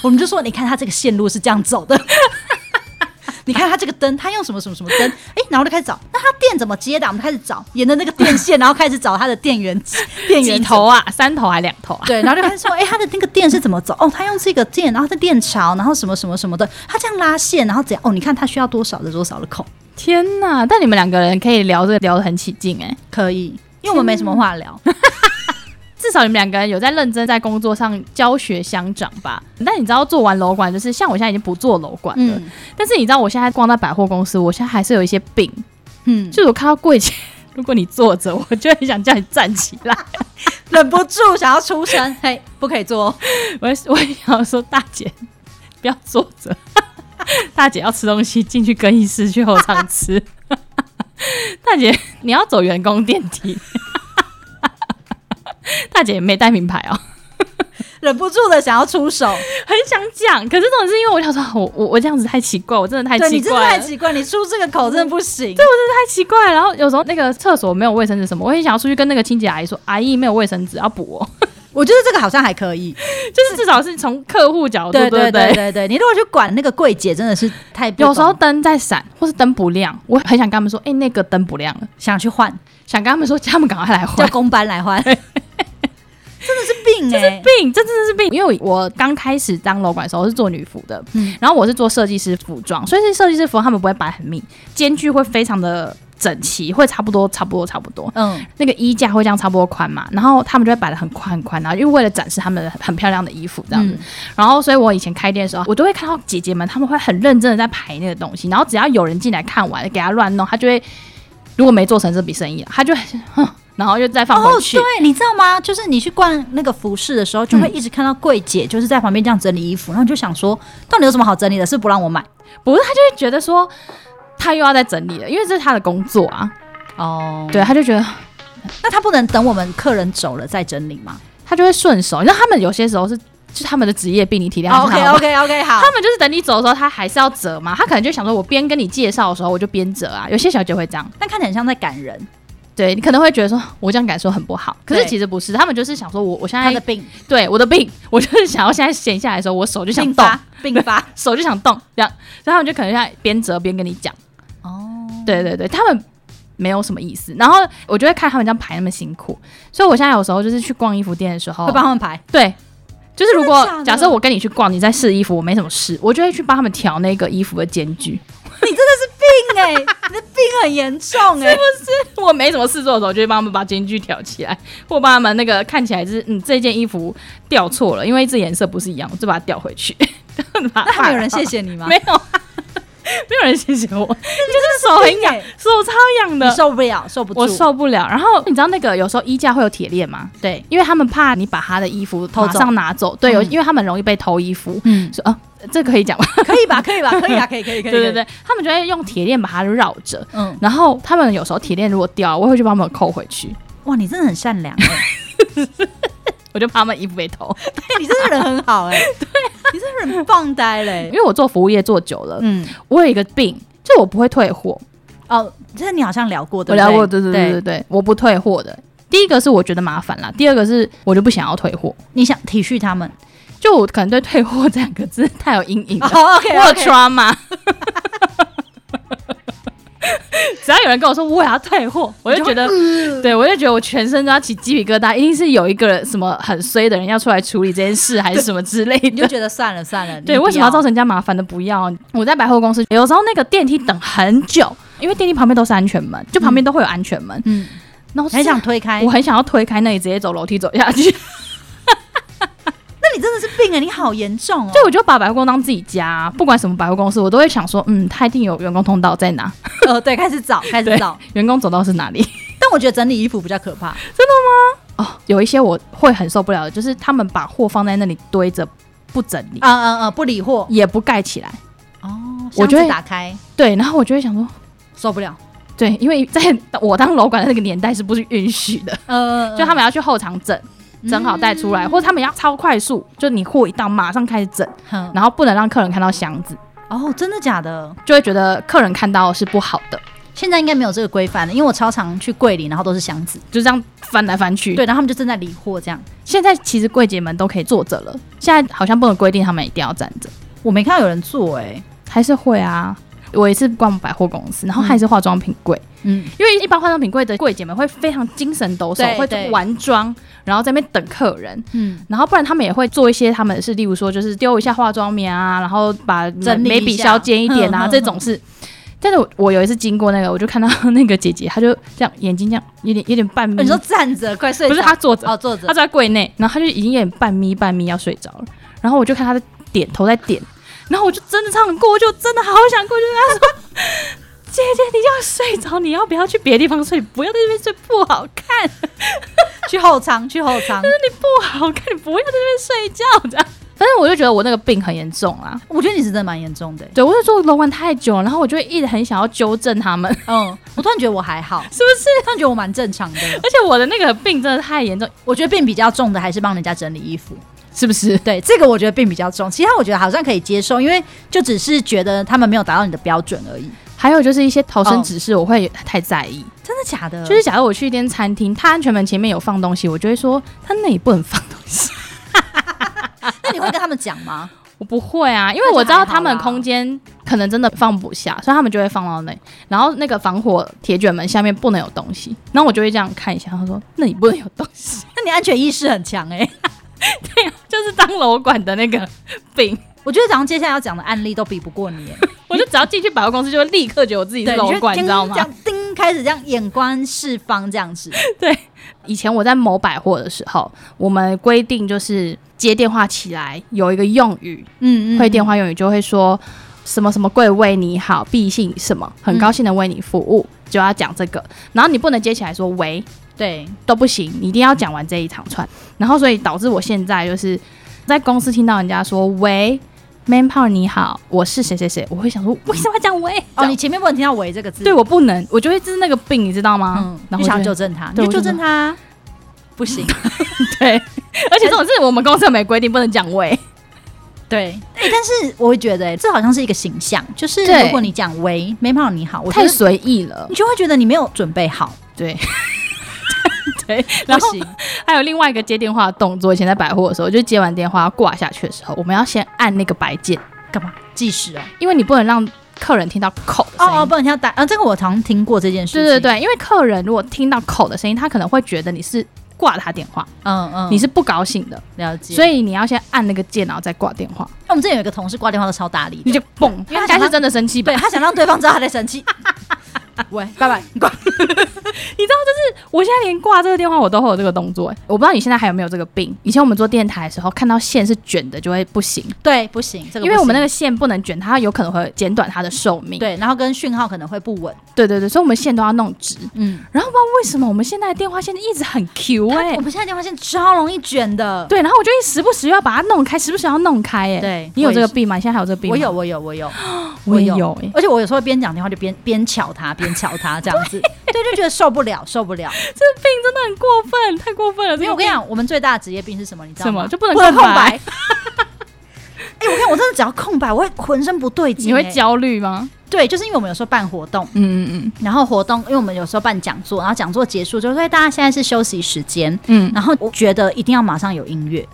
[SPEAKER 1] 我们就说你看它这个线路是这样走的， 你看它这个灯，它用什么什么什么灯，哎，然后就开始找，那它电怎么接的？我们就开始找，沿着那个电 线，然后开始找它的电源，电
[SPEAKER 2] 几
[SPEAKER 1] 源
[SPEAKER 2] 头啊？三头还两头啊？
[SPEAKER 1] 对，然后就开始说，哎、他的那个电是怎么走？哦，他用这个电，然后这电槽，然后什么什么什么的，他这样拉线，然后怎样？哦，你看他需要多少的多少的孔，
[SPEAKER 2] 天哪！但你们两个人可以聊这个聊得很起劲哎、
[SPEAKER 1] 可以，因为我们没什么话聊，
[SPEAKER 2] 至少你们两个人有在认真在工作上教学相长吧。但你知道做完楼管，就是像我现在已经不做楼管了，
[SPEAKER 1] 嗯
[SPEAKER 2] 但是你知道我现在逛到百货公司，我现在还是有一些病，
[SPEAKER 1] 嗯，
[SPEAKER 2] 就是我看到柜姐，如果你坐着，我就很想叫你站起 来。
[SPEAKER 1] 忍不住想要出声，嘿，不可以做哦。
[SPEAKER 2] 我我也想说，大姐不要坐着， 大姐要吃东西，进去更衣室去后场吃。 大姐，你要走员工电梯。 大姐没带名牌哦，
[SPEAKER 1] 忍不住的想要出手，
[SPEAKER 2] 很想讲，可是这种是因为我想说，我我我这样子太奇怪，我真的太
[SPEAKER 1] 对
[SPEAKER 2] 奇
[SPEAKER 1] 你真的
[SPEAKER 2] 怪
[SPEAKER 1] 太
[SPEAKER 2] 了，
[SPEAKER 1] 奇怪，你出这个口真的不行。
[SPEAKER 2] 太奇怪了。然后有时候那个厕所没有卫生纸什么，我也想要出去跟那个清洁阿姨说，阿姨没有卫生纸要补哦，
[SPEAKER 1] 我觉得这个好像还可以。
[SPEAKER 2] 就是至少是从客户角度，
[SPEAKER 1] 对
[SPEAKER 2] 对
[SPEAKER 1] 对对对对，你如果去管那个柜姐，真的是太不
[SPEAKER 2] 有时候
[SPEAKER 1] 懂
[SPEAKER 2] 灯在闪，或是灯不亮，我很想跟他们说，哎、那个灯不亮了，
[SPEAKER 1] 想去换，
[SPEAKER 2] 想跟他们说， 叫他们赶快来
[SPEAKER 1] 叫
[SPEAKER 2] 换。
[SPEAKER 1] 公班来换，真的是病哎、
[SPEAKER 2] 病，这真的是病，因为我刚开始当楼管的时候我是做女服的，
[SPEAKER 1] 嗯
[SPEAKER 2] 然后我是做设计师服装，所以是设计师服装他们不会摆很密，间距会非常的整齐，会差不多，差不多，差不多。
[SPEAKER 1] 嗯，
[SPEAKER 2] 那个衣架会这样差不多宽嘛，然后他们就会摆的很宽很宽，然后因为为了展示他们很漂亮的衣服这样子，
[SPEAKER 1] 嗯
[SPEAKER 2] 然后所以我以前开店的时候，我都会看到姐姐们她们会很认真的在排那个东西，然后只要有人进来看完给她乱弄，她就会如果没做成这笔生意，她就会哼，然后就再放
[SPEAKER 1] 哦
[SPEAKER 2] 回，去。
[SPEAKER 1] 对，你知道吗？就是你去逛那个服饰的时候，就会一直看到柜姐就是在旁边这样整理衣服，然后你就想说，到底有什么好整理的？是不让我买
[SPEAKER 2] 不是，她就会觉得说她又要再整理了，因为这是她的工作啊。
[SPEAKER 1] 哦？
[SPEAKER 2] 对，啊她就觉得
[SPEAKER 1] 那他不能等我们客人走了再整理吗
[SPEAKER 2] 她就会顺手，你知道他们有些时候是就是他们的职业病，你体谅一下好不好。
[SPEAKER 1] 哦？OK OK OK，好
[SPEAKER 2] 他，们就是等你走的时候，他还是要折嘛。他可能就想说，我边跟你介绍的时候，我就边折啊。有些小姐会这样，
[SPEAKER 1] 但看起来很像在赶人，
[SPEAKER 2] 对你可能会觉得说，我这样感受很不好。可是
[SPEAKER 1] 对
[SPEAKER 2] 其实不是，他们就是想说我我现
[SPEAKER 1] 他
[SPEAKER 2] 在
[SPEAKER 1] 的哎病
[SPEAKER 2] 对我的病，我就是想要现在闲下来的时候，我手就想
[SPEAKER 1] 并
[SPEAKER 2] 动，
[SPEAKER 1] 发并 发
[SPEAKER 2] 手就想动，这样，然后他们就可能在边折边跟你讲。
[SPEAKER 1] 哦，
[SPEAKER 2] 对对对，他们没有什么意思。然后我就会看他们这样排那么辛苦，所以我现在有时候就是去逛衣服店的时候，
[SPEAKER 1] 会帮他们排。
[SPEAKER 2] 对，就是如果
[SPEAKER 1] 真的假的
[SPEAKER 2] 假设我跟你去逛，你在试衣服，我没什么事，我就会去帮他们调那个衣服的间距。
[SPEAKER 1] 病哎、你的病很严重 哎、
[SPEAKER 2] 我没什么事做的时候，就会帮他们把间距调起来，或帮他们那个看起来就是嗯这件衣服调错了，因为这颜色不是一样，我就把它调回去。那
[SPEAKER 1] 那还没有人谢谢你吗？
[SPEAKER 2] 没有，没有人谢谢我， 就是手很痒，
[SPEAKER 1] 病欸
[SPEAKER 2] 手超痒
[SPEAKER 1] 你
[SPEAKER 2] 的。
[SPEAKER 1] 受不了，受不住，
[SPEAKER 2] 我受不了，然后你知道那个有时候衣架会有铁链吗？
[SPEAKER 1] 对，
[SPEAKER 2] 因为他们怕你把他的衣服
[SPEAKER 1] 偷
[SPEAKER 2] 马
[SPEAKER 1] 走
[SPEAKER 2] 上拿走，对，有
[SPEAKER 1] 嗯
[SPEAKER 2] 因为他们容易被偷衣服。
[SPEAKER 1] 嗯，
[SPEAKER 2] 说啊，这可以 讲吗？
[SPEAKER 1] 可以吧，可以吧，可以啊，可以，可 以，可以，
[SPEAKER 2] 对对
[SPEAKER 1] 可以，
[SPEAKER 2] 对，他们就会用铁链把它绕着，
[SPEAKER 1] 嗯，
[SPEAKER 2] 然后他们有时候铁链如果掉，我会去帮他们扣回去，
[SPEAKER 1] 哇，你真的很善良哎、
[SPEAKER 2] 我就怕他们衣服被偷。
[SPEAKER 1] 你真的人很好哎、对、
[SPEAKER 2] 啊
[SPEAKER 1] 你真的很棒呆嘞、
[SPEAKER 2] 因为我做服务业做久了，
[SPEAKER 1] 嗯，
[SPEAKER 2] 我有一个病，就我不会退货。
[SPEAKER 1] 哦，这你好像聊过，对不对
[SPEAKER 2] 我聊过，对对
[SPEAKER 1] 对
[SPEAKER 2] 对对对，我不退货的。第一个是我觉得麻烦啦，第二个是我就不想要退货，
[SPEAKER 1] 你想体恤他们，
[SPEAKER 2] 就我可能对退货这两个字太有阴影了。
[SPEAKER 1] 哦，OK，
[SPEAKER 2] 我有 trauma。只要有人跟我说我也要退货，我就觉呃得，对我就觉得我全身都要起鸡皮疙瘩，一定是有一个什么很衰的人要出来处理这件事，还是什么之类
[SPEAKER 1] 你就
[SPEAKER 2] 的。
[SPEAKER 1] 觉得算了算了，
[SPEAKER 2] 对，
[SPEAKER 1] 你不
[SPEAKER 2] 为什么要造
[SPEAKER 1] 成？
[SPEAKER 2] 成人家麻烦的？不要！我在百货公司，有时候那个电梯等很久，因为电梯旁边都是安全门，就旁边都会有安全门。
[SPEAKER 1] 嗯，
[SPEAKER 2] 然后是
[SPEAKER 1] 很想，推开
[SPEAKER 2] 我，很想要推开那里，直接走楼梯走下去。
[SPEAKER 1] 那你真的是病哎、你好严重哦，
[SPEAKER 2] 就我就把百货公司当自己家、不管什么百货公司，我都会想说，嗯，他一定有员工通道在哪，
[SPEAKER 1] 呃，对，开始找，开始
[SPEAKER 2] 对
[SPEAKER 1] 找，
[SPEAKER 2] 员工走道是哪里。
[SPEAKER 1] 但我觉得整理衣服比较可怕，
[SPEAKER 2] 哦，有一些我会很受不了的，就是他们把货放在那里堆着不整理，
[SPEAKER 1] 嗯嗯嗯，不理货，
[SPEAKER 2] 也不盖起来。
[SPEAKER 1] 哦，
[SPEAKER 2] 嗯我
[SPEAKER 1] 箱
[SPEAKER 2] 觉得
[SPEAKER 1] 子打开
[SPEAKER 2] 对，然后我就会想说，
[SPEAKER 1] 受不了，
[SPEAKER 2] 对，因为在我当楼管的那个年代是不是允许的？
[SPEAKER 1] 呃，
[SPEAKER 2] 就他们要去后场整，整好带
[SPEAKER 1] 嗯
[SPEAKER 2] 出来，或者他们要超快速，就你货一到马上开始整，
[SPEAKER 1] 哼，
[SPEAKER 2] 然后不能让客人看到箱子，
[SPEAKER 1] 哦，真的假的？
[SPEAKER 2] 就会觉得客人看到是不好的，
[SPEAKER 1] 现在应该没有这个规范了，因为我超常去柜里，然后都是箱子，
[SPEAKER 2] 就这样翻来翻去。
[SPEAKER 1] 对，然后他们就正在理货这样。
[SPEAKER 2] 现在其实柜姐们都可以坐着了，现在好像不能规定他们一定要站着，
[SPEAKER 1] 我没看到有人做哎、
[SPEAKER 2] 还是会啊。我也是逛百货公司，然后还是化妆品柜。
[SPEAKER 1] 嗯，
[SPEAKER 2] 因为一般化妆品柜的柜姐们会非常精神抖擞
[SPEAKER 1] 对，
[SPEAKER 2] 会
[SPEAKER 1] 对
[SPEAKER 2] 玩妆，然后在那边等客人。
[SPEAKER 1] 嗯，
[SPEAKER 2] 然后不然他们也会做一些他们的事，例如说就是丢一下化妆棉啊，然后把
[SPEAKER 1] 整理一
[SPEAKER 2] 眉
[SPEAKER 1] 下嗯
[SPEAKER 2] 笔削尖一点啊，
[SPEAKER 1] 哼哼
[SPEAKER 2] 这种事。但是我我有一次经过那个，我就看到那个姐姐，她就这样眼睛这样有点有点半眯，
[SPEAKER 1] 哦你说站着快睡着，
[SPEAKER 2] 不是她坐着，
[SPEAKER 1] 哦坐
[SPEAKER 2] 她
[SPEAKER 1] 着
[SPEAKER 2] 坐，在柜内，然后她就已经有点半眯半眯要睡着了，然后我就看她的点头在点，然后我就真的唱过，我就真的好想过去跟她说。 姐姐，你要睡着，你要不要去别的地方睡？不要在这边睡，不好看，
[SPEAKER 1] 去后舱去后舱。
[SPEAKER 2] 不好看，啊你不要在这边睡觉。这样，反正我就觉得我那个病很严重啊。
[SPEAKER 1] 我觉得你是真的蛮严重的欸、
[SPEAKER 2] 对，我就做楼管太久了，然后我就会一直很想要纠正他们，
[SPEAKER 1] 嗯，我突然觉得我还好，
[SPEAKER 2] 是不是？
[SPEAKER 1] 突然觉得我蛮正常的。
[SPEAKER 2] 而且我的那个病真的太严重，
[SPEAKER 1] 我觉得病比较重的还是帮人家整理衣服，
[SPEAKER 2] 是不是？
[SPEAKER 1] 对这个我觉得病比较重，其他我觉得好像可以接受，因为就只是觉得他们没有达到你的标准而已。
[SPEAKER 2] 还有就是一些逃生
[SPEAKER 1] 哦
[SPEAKER 2] 指示，我会太在意。
[SPEAKER 1] 真的假的？
[SPEAKER 2] 就是假如我去一间餐厅，它安全门前面有放东西，我就会说它那里不能放东西。
[SPEAKER 1] 那你会跟他们讲吗？
[SPEAKER 2] 我不会 啊，因
[SPEAKER 1] 那
[SPEAKER 2] 为
[SPEAKER 1] 就
[SPEAKER 2] 我知道
[SPEAKER 1] 还好
[SPEAKER 2] 他们
[SPEAKER 1] 啦
[SPEAKER 2] 空间可能真的放不下，所以他们就会放到那里。然后那个防火铁卷门下面不能有东西，然后我就会这样看一下，他说那里不能有东西，
[SPEAKER 1] 那你安全意识很强哎、
[SPEAKER 2] 就是当楼管的那个 病。
[SPEAKER 1] 我觉得早上接下来要讲的案例都比不过你、欸，
[SPEAKER 2] 我就只要进去百货公司，就会立刻觉得我自己是
[SPEAKER 1] 对，
[SPEAKER 2] 楼管，
[SPEAKER 1] 你
[SPEAKER 2] 你
[SPEAKER 1] 就
[SPEAKER 2] 知道
[SPEAKER 1] 这
[SPEAKER 2] 吗
[SPEAKER 1] 样？叮，开始这样眼观四方这样子，
[SPEAKER 2] 以前我在某百货的时候，我们规定就是接电话起来有一个用语，
[SPEAKER 1] 嗯
[SPEAKER 2] 会电话用语就会说什么什么贵为你好，必信什么，很高兴的为你服务，就要讲这个。然后你不能接起来说喂
[SPEAKER 1] 对，
[SPEAKER 2] 都不行，你一定要讲完这一长串。然后所以导致我现在就是在公司听到人家说喂。man 炮你好，我是谁谁谁，我会想说为什么要讲喂？
[SPEAKER 1] 哦，你前面不能听到“喂”这个字，
[SPEAKER 2] 对我不能，我就会就是那个病，你知道吗？
[SPEAKER 1] 嗯，
[SPEAKER 2] 然
[SPEAKER 1] 你
[SPEAKER 2] 后
[SPEAKER 1] 想
[SPEAKER 2] 就
[SPEAKER 1] 纠正他，你
[SPEAKER 2] 对
[SPEAKER 1] 就
[SPEAKER 2] 我
[SPEAKER 1] 纠
[SPEAKER 2] 就
[SPEAKER 1] 正他，啊不 行，
[SPEAKER 2] 对，而且这种是我们公司没规定不能讲喂，
[SPEAKER 1] 对，哎，但是我会觉得欸这好像是一个形象，就是
[SPEAKER 2] 对
[SPEAKER 1] 如果你讲“喂”，没朋友你好，我觉
[SPEAKER 2] 太
[SPEAKER 1] 得
[SPEAKER 2] 随意 了
[SPEAKER 1] 你。就会觉得你没有准备好，
[SPEAKER 2] 对。 对，然后
[SPEAKER 1] 不行，
[SPEAKER 2] 还有另外一个接电话的动作。以前在百货的时候，就接完电话挂下去的时候，我们要先按那个白键，
[SPEAKER 1] 干嘛计时哦？
[SPEAKER 2] 因为你不能让客人听到口的声音。
[SPEAKER 1] 哦哦，不能听到打，啊，这个我常听过这件事，
[SPEAKER 2] 对对，对，因为客人如果听到口的声音，他可能会觉得你是挂他电话，
[SPEAKER 1] 嗯嗯，
[SPEAKER 2] 你是不高兴的，
[SPEAKER 1] 了解，
[SPEAKER 2] 所
[SPEAKER 1] 以
[SPEAKER 2] 以你要先按那个键，然后再挂电话，
[SPEAKER 1] 我们之前有一个同事挂电话都超大力
[SPEAKER 2] 你
[SPEAKER 1] 的，
[SPEAKER 2] 就蹦，
[SPEAKER 1] 因为他
[SPEAKER 2] 应该
[SPEAKER 1] 想
[SPEAKER 2] 是
[SPEAKER 1] 要
[SPEAKER 2] 真的生气吧
[SPEAKER 1] 对？他想让对方知道他在生气。 喂，拜拜，你挂。
[SPEAKER 2] 我现在连挂这个电话我都会有这个动作、欸，我不知道你现在还有没有这个病。以前我们做电台的时候，看到线是卷的就会不行，
[SPEAKER 1] 对，不行，这个
[SPEAKER 2] 因为我们那
[SPEAKER 1] 个
[SPEAKER 2] 个线不能卷，它有可能会减短它的寿命。
[SPEAKER 1] 对，然后跟讯号可能会不稳，
[SPEAKER 2] 对对对，所以我们线都要弄直。
[SPEAKER 1] 嗯，
[SPEAKER 2] 然后不知道为什么我们现在的电话线一直很 Q 哎、
[SPEAKER 1] 我们现在电话线超容易卷的，
[SPEAKER 2] 对，然后我就一时不时要把它弄开，时不时要弄开哎、
[SPEAKER 1] 对
[SPEAKER 2] 你有这
[SPEAKER 1] 我也
[SPEAKER 2] 个
[SPEAKER 1] 是
[SPEAKER 2] 病吗？你现在还有这个病吗？
[SPEAKER 1] 我有，，我有，我有，
[SPEAKER 2] 我也
[SPEAKER 1] 我
[SPEAKER 2] 有哎、
[SPEAKER 1] 而且我有时候边讲电话就边边瞧他，边瞧他这 样子，对，就觉得受不了，受不了。
[SPEAKER 2] 真的很过分，太过分了。
[SPEAKER 1] 因为我跟你讲，我们最大的职业病是什么？你知道
[SPEAKER 2] 什
[SPEAKER 1] 吗？
[SPEAKER 2] 么就不能
[SPEAKER 1] 不能
[SPEAKER 2] 空
[SPEAKER 1] 空
[SPEAKER 2] 白
[SPEAKER 1] 白。 哎、我看我真的只要空白，我会浑身不对劲、
[SPEAKER 2] 你会
[SPEAKER 1] 哎？
[SPEAKER 2] 焦虑吗？
[SPEAKER 1] 对，就是因为我们有时候办活动，
[SPEAKER 2] 嗯嗯
[SPEAKER 1] 然后活动，因为我们有时候办讲座，然后讲座结束就说哎大家现在是休息时间，
[SPEAKER 2] 嗯
[SPEAKER 1] 然后我觉得一定要马上有音乐，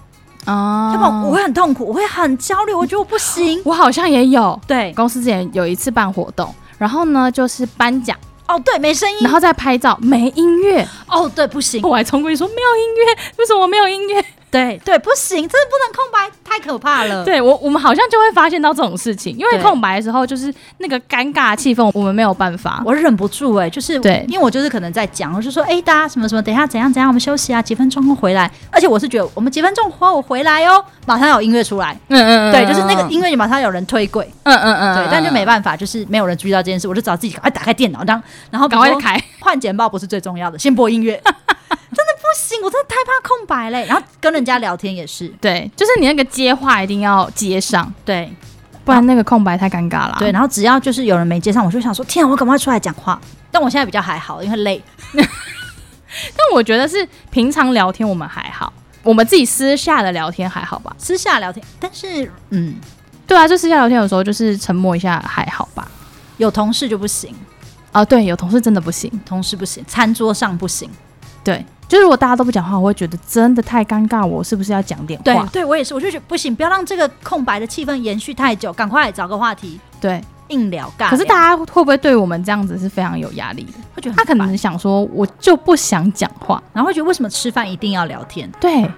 [SPEAKER 2] 嗯啊
[SPEAKER 1] 要不然我会很痛苦，我会很焦虑，我觉得我不行。
[SPEAKER 2] 我好像也有，
[SPEAKER 1] 对，
[SPEAKER 2] 公司之前有一次办活动，然后呢就是颁奖，
[SPEAKER 1] 哦对，没声音
[SPEAKER 2] 然，后再拍照，没音乐，
[SPEAKER 1] 哦对，不行，
[SPEAKER 2] 我还冲过去说没有音乐，为什么没有音乐？
[SPEAKER 1] 对对，不行，真的不能空白，太可怕了。
[SPEAKER 2] 对我，我们好像就会发现到这种事情，因为
[SPEAKER 1] 嗯对
[SPEAKER 2] 空白的时候就是那个尴尬的气氛，我们没有办法。
[SPEAKER 1] 我忍不住哎、就是
[SPEAKER 2] 对
[SPEAKER 1] 因为我就是可能在讲，我就说哎、大家什么什么，等一下怎样怎样，我们休息啊，几分钟后回来。而且我是觉得我们几分钟后我回来哦，马上有音乐出来，
[SPEAKER 2] 嗯嗯
[SPEAKER 1] 对，就是那个，音乐马上有人推轨，
[SPEAKER 2] 嗯嗯嗯，
[SPEAKER 1] 对，但就没
[SPEAKER 2] 法，
[SPEAKER 1] 办法，就是没有人注意到这件事，我就只好自己赶快打开电脑，当然后比
[SPEAKER 2] 赶
[SPEAKER 1] 如说
[SPEAKER 2] 快开。
[SPEAKER 1] 换简报不是最重要的，先播音 乐，真的不行，我真的太怕空白嘞。然后跟人家聊天也是，
[SPEAKER 2] 对，就是你那个接话一定要接上，
[SPEAKER 1] 对
[SPEAKER 2] 不然那个空白太尴尬了。
[SPEAKER 1] 对，，然后只要就是有人没接上，我就想说天啊，我赶快出来讲话。但我现在比较还好，因为累，
[SPEAKER 2] 但我觉得是平常聊天我们还好，我们自己私下的聊天还好吧？
[SPEAKER 1] 私下聊天，但是嗯。
[SPEAKER 2] 对啊，就私下聊天有时候就是沉默一下还好吧？
[SPEAKER 1] 有同事就不行，
[SPEAKER 2] 哦，对，有同事真的不行。
[SPEAKER 1] 同事不行，餐桌上不行。
[SPEAKER 2] 对，就是如果大家都不讲话，我会觉得真的太尴尬，我是不是要讲点
[SPEAKER 1] 对
[SPEAKER 2] 话，？
[SPEAKER 1] 对我也是，我就觉得不行，不要让这个空白的气氛延续太久，赶快找个话题
[SPEAKER 2] 对，
[SPEAKER 1] 硬聊尬聊。
[SPEAKER 2] 可是大家会不会对我们这样子是非常有压力的？
[SPEAKER 1] 会觉得
[SPEAKER 2] 他
[SPEAKER 1] 很
[SPEAKER 2] 可
[SPEAKER 1] 烦，
[SPEAKER 2] 能想说，我就不想讲话，
[SPEAKER 1] 然后会觉得为什么吃饭一定要聊天？
[SPEAKER 2] 对，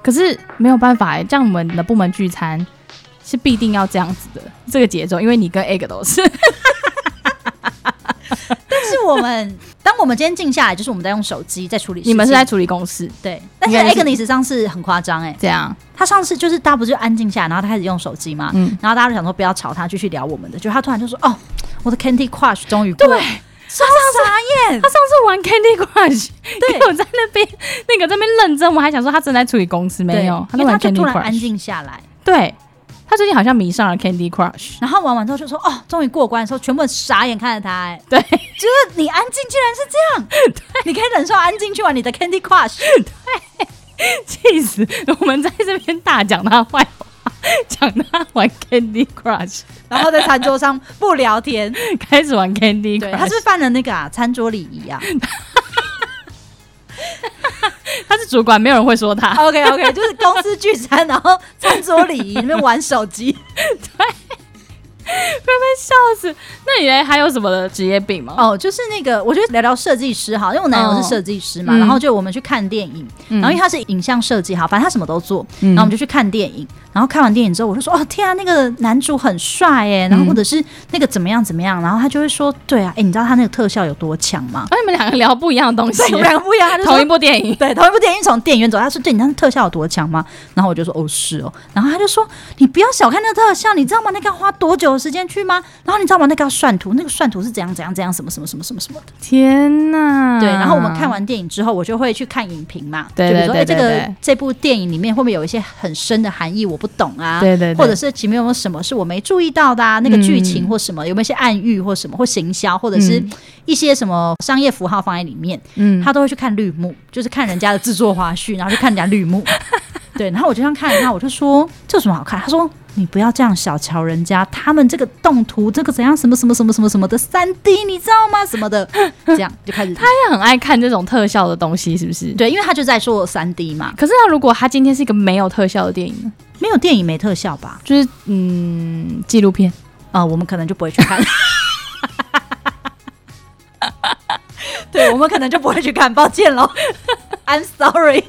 [SPEAKER 2] 可是没有办法欸，这样我们的部门聚餐是必定要这样子的这个节奏，因为你跟 egg 都是，
[SPEAKER 1] 我们当我们今天静下来，就是我们在用手机在处理事情。
[SPEAKER 2] 你们是在处理公司
[SPEAKER 1] 对，但是
[SPEAKER 2] 原来是
[SPEAKER 1] Agnes 上次很夸张哎、
[SPEAKER 2] 这样，
[SPEAKER 1] 他上次就是大家不是就安静下来，然后他开始用手机嘛，
[SPEAKER 2] 嗯
[SPEAKER 1] 然后大家就想说不要吵他，继续聊我们的，就他突然就说哦，我的 Candy Crush 终于过了，超傻眼
[SPEAKER 2] 他，上次玩 Candy Crush，
[SPEAKER 1] 对
[SPEAKER 2] 我在那边那个在那边认真，我还想说他正在处理公司，没有，
[SPEAKER 1] 对因
[SPEAKER 2] 在
[SPEAKER 1] 为
[SPEAKER 2] 玩
[SPEAKER 1] 他就
[SPEAKER 2] Candy
[SPEAKER 1] 突然安
[SPEAKER 2] Crush。
[SPEAKER 1] 静下来，
[SPEAKER 2] 对，他最近好像迷上了 Candy Crush。
[SPEAKER 1] 然后玩完之后就说哦，终于过关的时候，全部人傻眼看着他、哎，
[SPEAKER 2] 对，
[SPEAKER 1] 就是你安静竟然是这样， 你可以忍受安静去玩你的 Candy Crush，
[SPEAKER 2] 气死！我们在这边大讲他坏话，讲他玩 Candy Crush，
[SPEAKER 1] 然后在餐桌上不聊天，
[SPEAKER 2] 开始玩 Candy
[SPEAKER 1] 对，
[SPEAKER 2] Crush。
[SPEAKER 1] 他是不是犯了那个啊餐桌礼仪 啊。
[SPEAKER 2] 他是主管，没有人会说他。哦
[SPEAKER 1] OK OK，就是 公司聚餐，然后餐桌礼仪那边玩手机。
[SPEAKER 2] 笑死！那你嘞还有什么职业病吗？
[SPEAKER 1] 哦，就是那个，我觉得聊聊设计师哈，因为我男友是设计师嘛，
[SPEAKER 2] 哦嗯
[SPEAKER 1] 然后就我们去看电影，
[SPEAKER 2] 嗯
[SPEAKER 1] 然后因为他是影像设计哈，反正他什么都做，
[SPEAKER 2] 嗯
[SPEAKER 1] 然后我们就去看电影，然后看完电影之后，我就说哦天啊，那个男主很帅哎，然后
[SPEAKER 2] 嗯
[SPEAKER 1] 或者是那个怎么样怎么样，然后他就会说对啊，哎，你知道他那个特效有多强 吗？
[SPEAKER 2] 哦，你们两个聊不一样的东西
[SPEAKER 1] 对，，我们两个不一样，他就说
[SPEAKER 2] 同一部电影。
[SPEAKER 1] 对，同一部电影从电影院走，他说：“对你那特效有多强吗？”然后我就说：“哦，是哦。”然后他就说：“你不要小看那特效，你知道吗？那个要花多久的时间去吗？然后你知道吗？那个要算图，那个算图是怎样怎样怎样，什么什么什么什么什么的。
[SPEAKER 2] 天哪！
[SPEAKER 1] 对，然后我们看完电影之后，我就会去看影评嘛，
[SPEAKER 2] 嗯对对
[SPEAKER 1] 就比如说，
[SPEAKER 2] 对
[SPEAKER 1] 哎，这
[SPEAKER 2] 对
[SPEAKER 1] 个
[SPEAKER 2] 对
[SPEAKER 1] 这部电影里面会不会有一些很深的含义我不懂啊？
[SPEAKER 2] 对对对
[SPEAKER 1] 或者是前面有没有什么是我没注意到的啊？那个剧情
[SPEAKER 2] 嗯
[SPEAKER 1] 或什么、有没有一些暗喻或什么或行销，或者是
[SPEAKER 2] 嗯
[SPEAKER 1] 一些什么商业符号放在里面？
[SPEAKER 2] 嗯，
[SPEAKER 1] 他都会去看绿幕，就是看人家的制作花絮，然后去看人家绿幕。 对，然后我就这样看了他，我就说这有什么好看？他说你不要这样小瞧人家，他们这个动图这个怎样什么什么什么什么什么的三 D，你知道吗？什么的，这样就开始他
[SPEAKER 2] 他很爱看这种特效的东西，是不是？。
[SPEAKER 1] 对，因为他就在说三 D 嘛，
[SPEAKER 2] 可是他如果他今天是一个没有特效的电影呢，
[SPEAKER 1] 没有电影没特效吧？
[SPEAKER 2] 就是嗯纪录片，
[SPEAKER 1] 呃，我们可能就不会去 看。对，我们可能就不会去看，抱歉 喽。I'm sorry，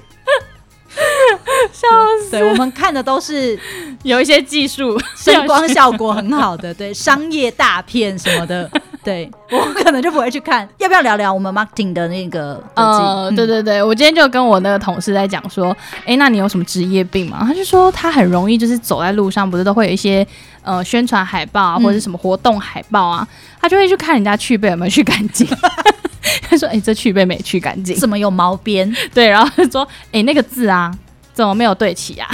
[SPEAKER 2] 笑
[SPEAKER 1] 对我们看的都是
[SPEAKER 2] 有一些技术
[SPEAKER 1] 声光效果很好 的，对商业大片什么的，对我可能就不会去看。要不要聊聊我们 marketing 的那个科技？嗯
[SPEAKER 2] 呃，对对对，我今天就跟我那个同事在讲说，哎，那你有什么职业病吗？他就说他很容易就是走在路上，不是都会有一些呃宣传海报啊，
[SPEAKER 1] 嗯
[SPEAKER 2] 或者是什么活动海报啊，他就会去看人家去背有没有去干 净。他说，哎，这去背没去干净
[SPEAKER 1] 嗯，。怎么有毛边？
[SPEAKER 2] 对，然后他说，哎，那个字啊，怎么没有对齐啊？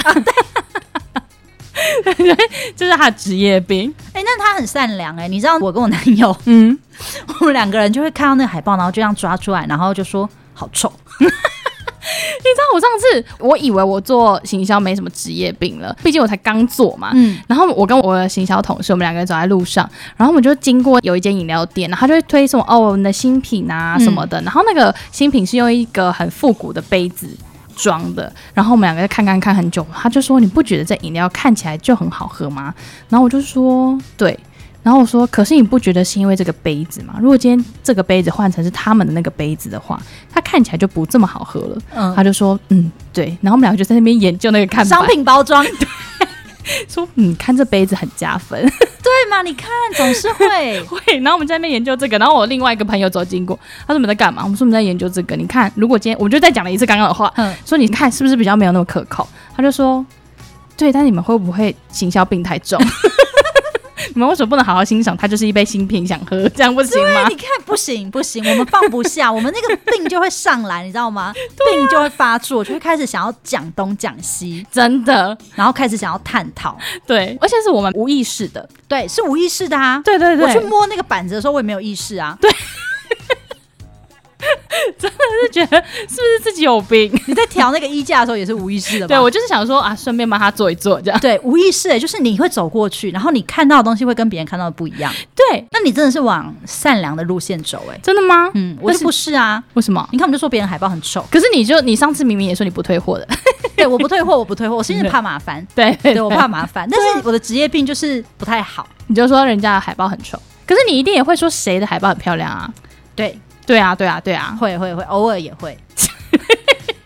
[SPEAKER 2] 这是他的职业病。
[SPEAKER 1] 哎、那他很善良哎、你知道我跟我男友，
[SPEAKER 2] 嗯，
[SPEAKER 1] 我们两个人就会看到那个海报，然后就这样抓出来，然后就说好臭。
[SPEAKER 2] 你知道我上次我以为我做行销没什么职业病了，毕竟我才刚做嘛。
[SPEAKER 1] 嗯，
[SPEAKER 2] 然后我跟我的行销同事，我们两个人走在路上，然后我们就经过有一间饮料店，然后他就会推什么哦我们的新品啊什么的，然后那个新品是用一个很复古的杯子。装的，然后我们两个就看看看很久，他就说你不觉得这饮料看起来就很好喝吗？然后我就说对，然后我说可是你不觉得是因为这个杯子吗？如果今天这个杯子换成是他们的那个杯子的话，它看起来就不这么好喝了。
[SPEAKER 1] 嗯
[SPEAKER 2] 他就说嗯对，然后我们两个就在那边研究那个看板
[SPEAKER 1] 商品包装
[SPEAKER 2] 说嗯看这杯子很加分，
[SPEAKER 1] 对嘛？你看总是 会
[SPEAKER 2] 会，然后我们在那边研究这个，然后我另外一个朋友走经过，他说我们在干嘛？我们说我们在研究这个。你看，如果今天我们就再讲了一次刚刚的话，
[SPEAKER 1] 嗯
[SPEAKER 2] 说你看是不是比较没有那么可靠？他就说，对，但你们会不会行销病太重？ 你们为什么不能好好欣赏它？就是一杯新品，想喝，这样不行吗
[SPEAKER 1] 对，？你看不行不行，我们放不下，我们那个病就会上来，你知道吗？
[SPEAKER 2] 啊
[SPEAKER 1] 病就会发作，就会开始想要讲东讲西，
[SPEAKER 2] 真的，
[SPEAKER 1] 然后开始想要探讨。
[SPEAKER 2] 对，而且是我们无意识的，
[SPEAKER 1] 对，是无意识的啊。
[SPEAKER 2] 对对对，
[SPEAKER 1] 我去摸那个板子的时候，我也没有意识啊。
[SPEAKER 2] 是觉得是不是自己有病？
[SPEAKER 1] 你在调那个衣架的时候也是无意识的吧？
[SPEAKER 2] 对我就是想说啊，顺便帮他做一做，这 样。
[SPEAKER 1] 对无意识、欸，就是你会走过去，然后你看到的东西会跟别人看到的不一样。
[SPEAKER 2] 对，
[SPEAKER 1] 那你真的是往善良的路线走、欸，哎，
[SPEAKER 2] 真的吗？
[SPEAKER 1] 嗯，我就不是啊。
[SPEAKER 2] 为什么？
[SPEAKER 1] 你看，我们就说别人海报很 丑，
[SPEAKER 2] 可是你就你上次明明也说你不退货的，
[SPEAKER 1] 对，我不退货，我不退货，我是因为怕麻烦，
[SPEAKER 2] 对
[SPEAKER 1] 对啊我怕麻烦，但是我的职业病就是不太好，
[SPEAKER 2] 你就说人家的海报很丑，可是你一定也会说谁的海报很漂亮啊？
[SPEAKER 1] 对，
[SPEAKER 2] 对啊，对啊，对啊，
[SPEAKER 1] 会会会，偶尔也会，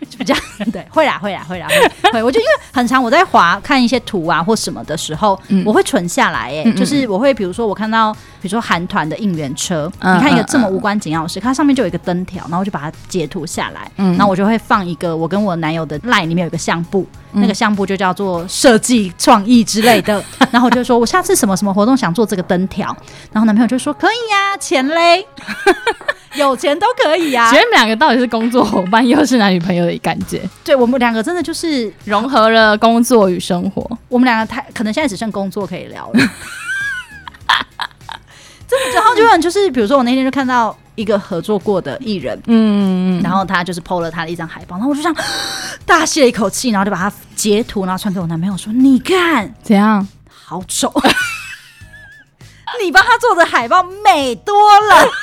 [SPEAKER 1] 就比较对，会啦，会啦，会啦，会会。我就因为很常我在滑看一些图啊或什么的时候，
[SPEAKER 2] 嗯
[SPEAKER 1] 我会存下来、欸，哎、
[SPEAKER 2] 嗯嗯嗯
[SPEAKER 1] 就是我会比如说我看到比如说韩团的应援车，
[SPEAKER 2] 嗯
[SPEAKER 1] 你看一个
[SPEAKER 2] 嗯
[SPEAKER 1] 这么无关紧要的事，它上面就有一个灯条，然后我就把它截图下来，
[SPEAKER 2] 嗯
[SPEAKER 1] 然后我就会放一个我跟我男友的 line 里面有一个相簿，
[SPEAKER 2] 嗯
[SPEAKER 1] 那个相簿就叫做设计创意之类 的，然后我就说我下次什么什么活动想做这个灯条，然后男朋友就说可以呀、钱 嘞，有钱都可以呀、
[SPEAKER 2] 觉得你们两个到底是工作伙伴，又是男女朋友的感觉，
[SPEAKER 1] 对我们两个真的就是
[SPEAKER 2] 融合了工作与生活。
[SPEAKER 1] 我们两个太可能现在只剩工作可以聊了。 真的，然后就很就是，比如说我那天就看到一个合作过的艺人，
[SPEAKER 2] 嗯，
[SPEAKER 1] 然后他就是 PO 了他的一张海报，然后我就这样大吸了一口气，然后就把它截图，然后传给我男朋友说：“你看，
[SPEAKER 2] 怎样？
[SPEAKER 1] 好丑， 你帮他做的海报美多 了。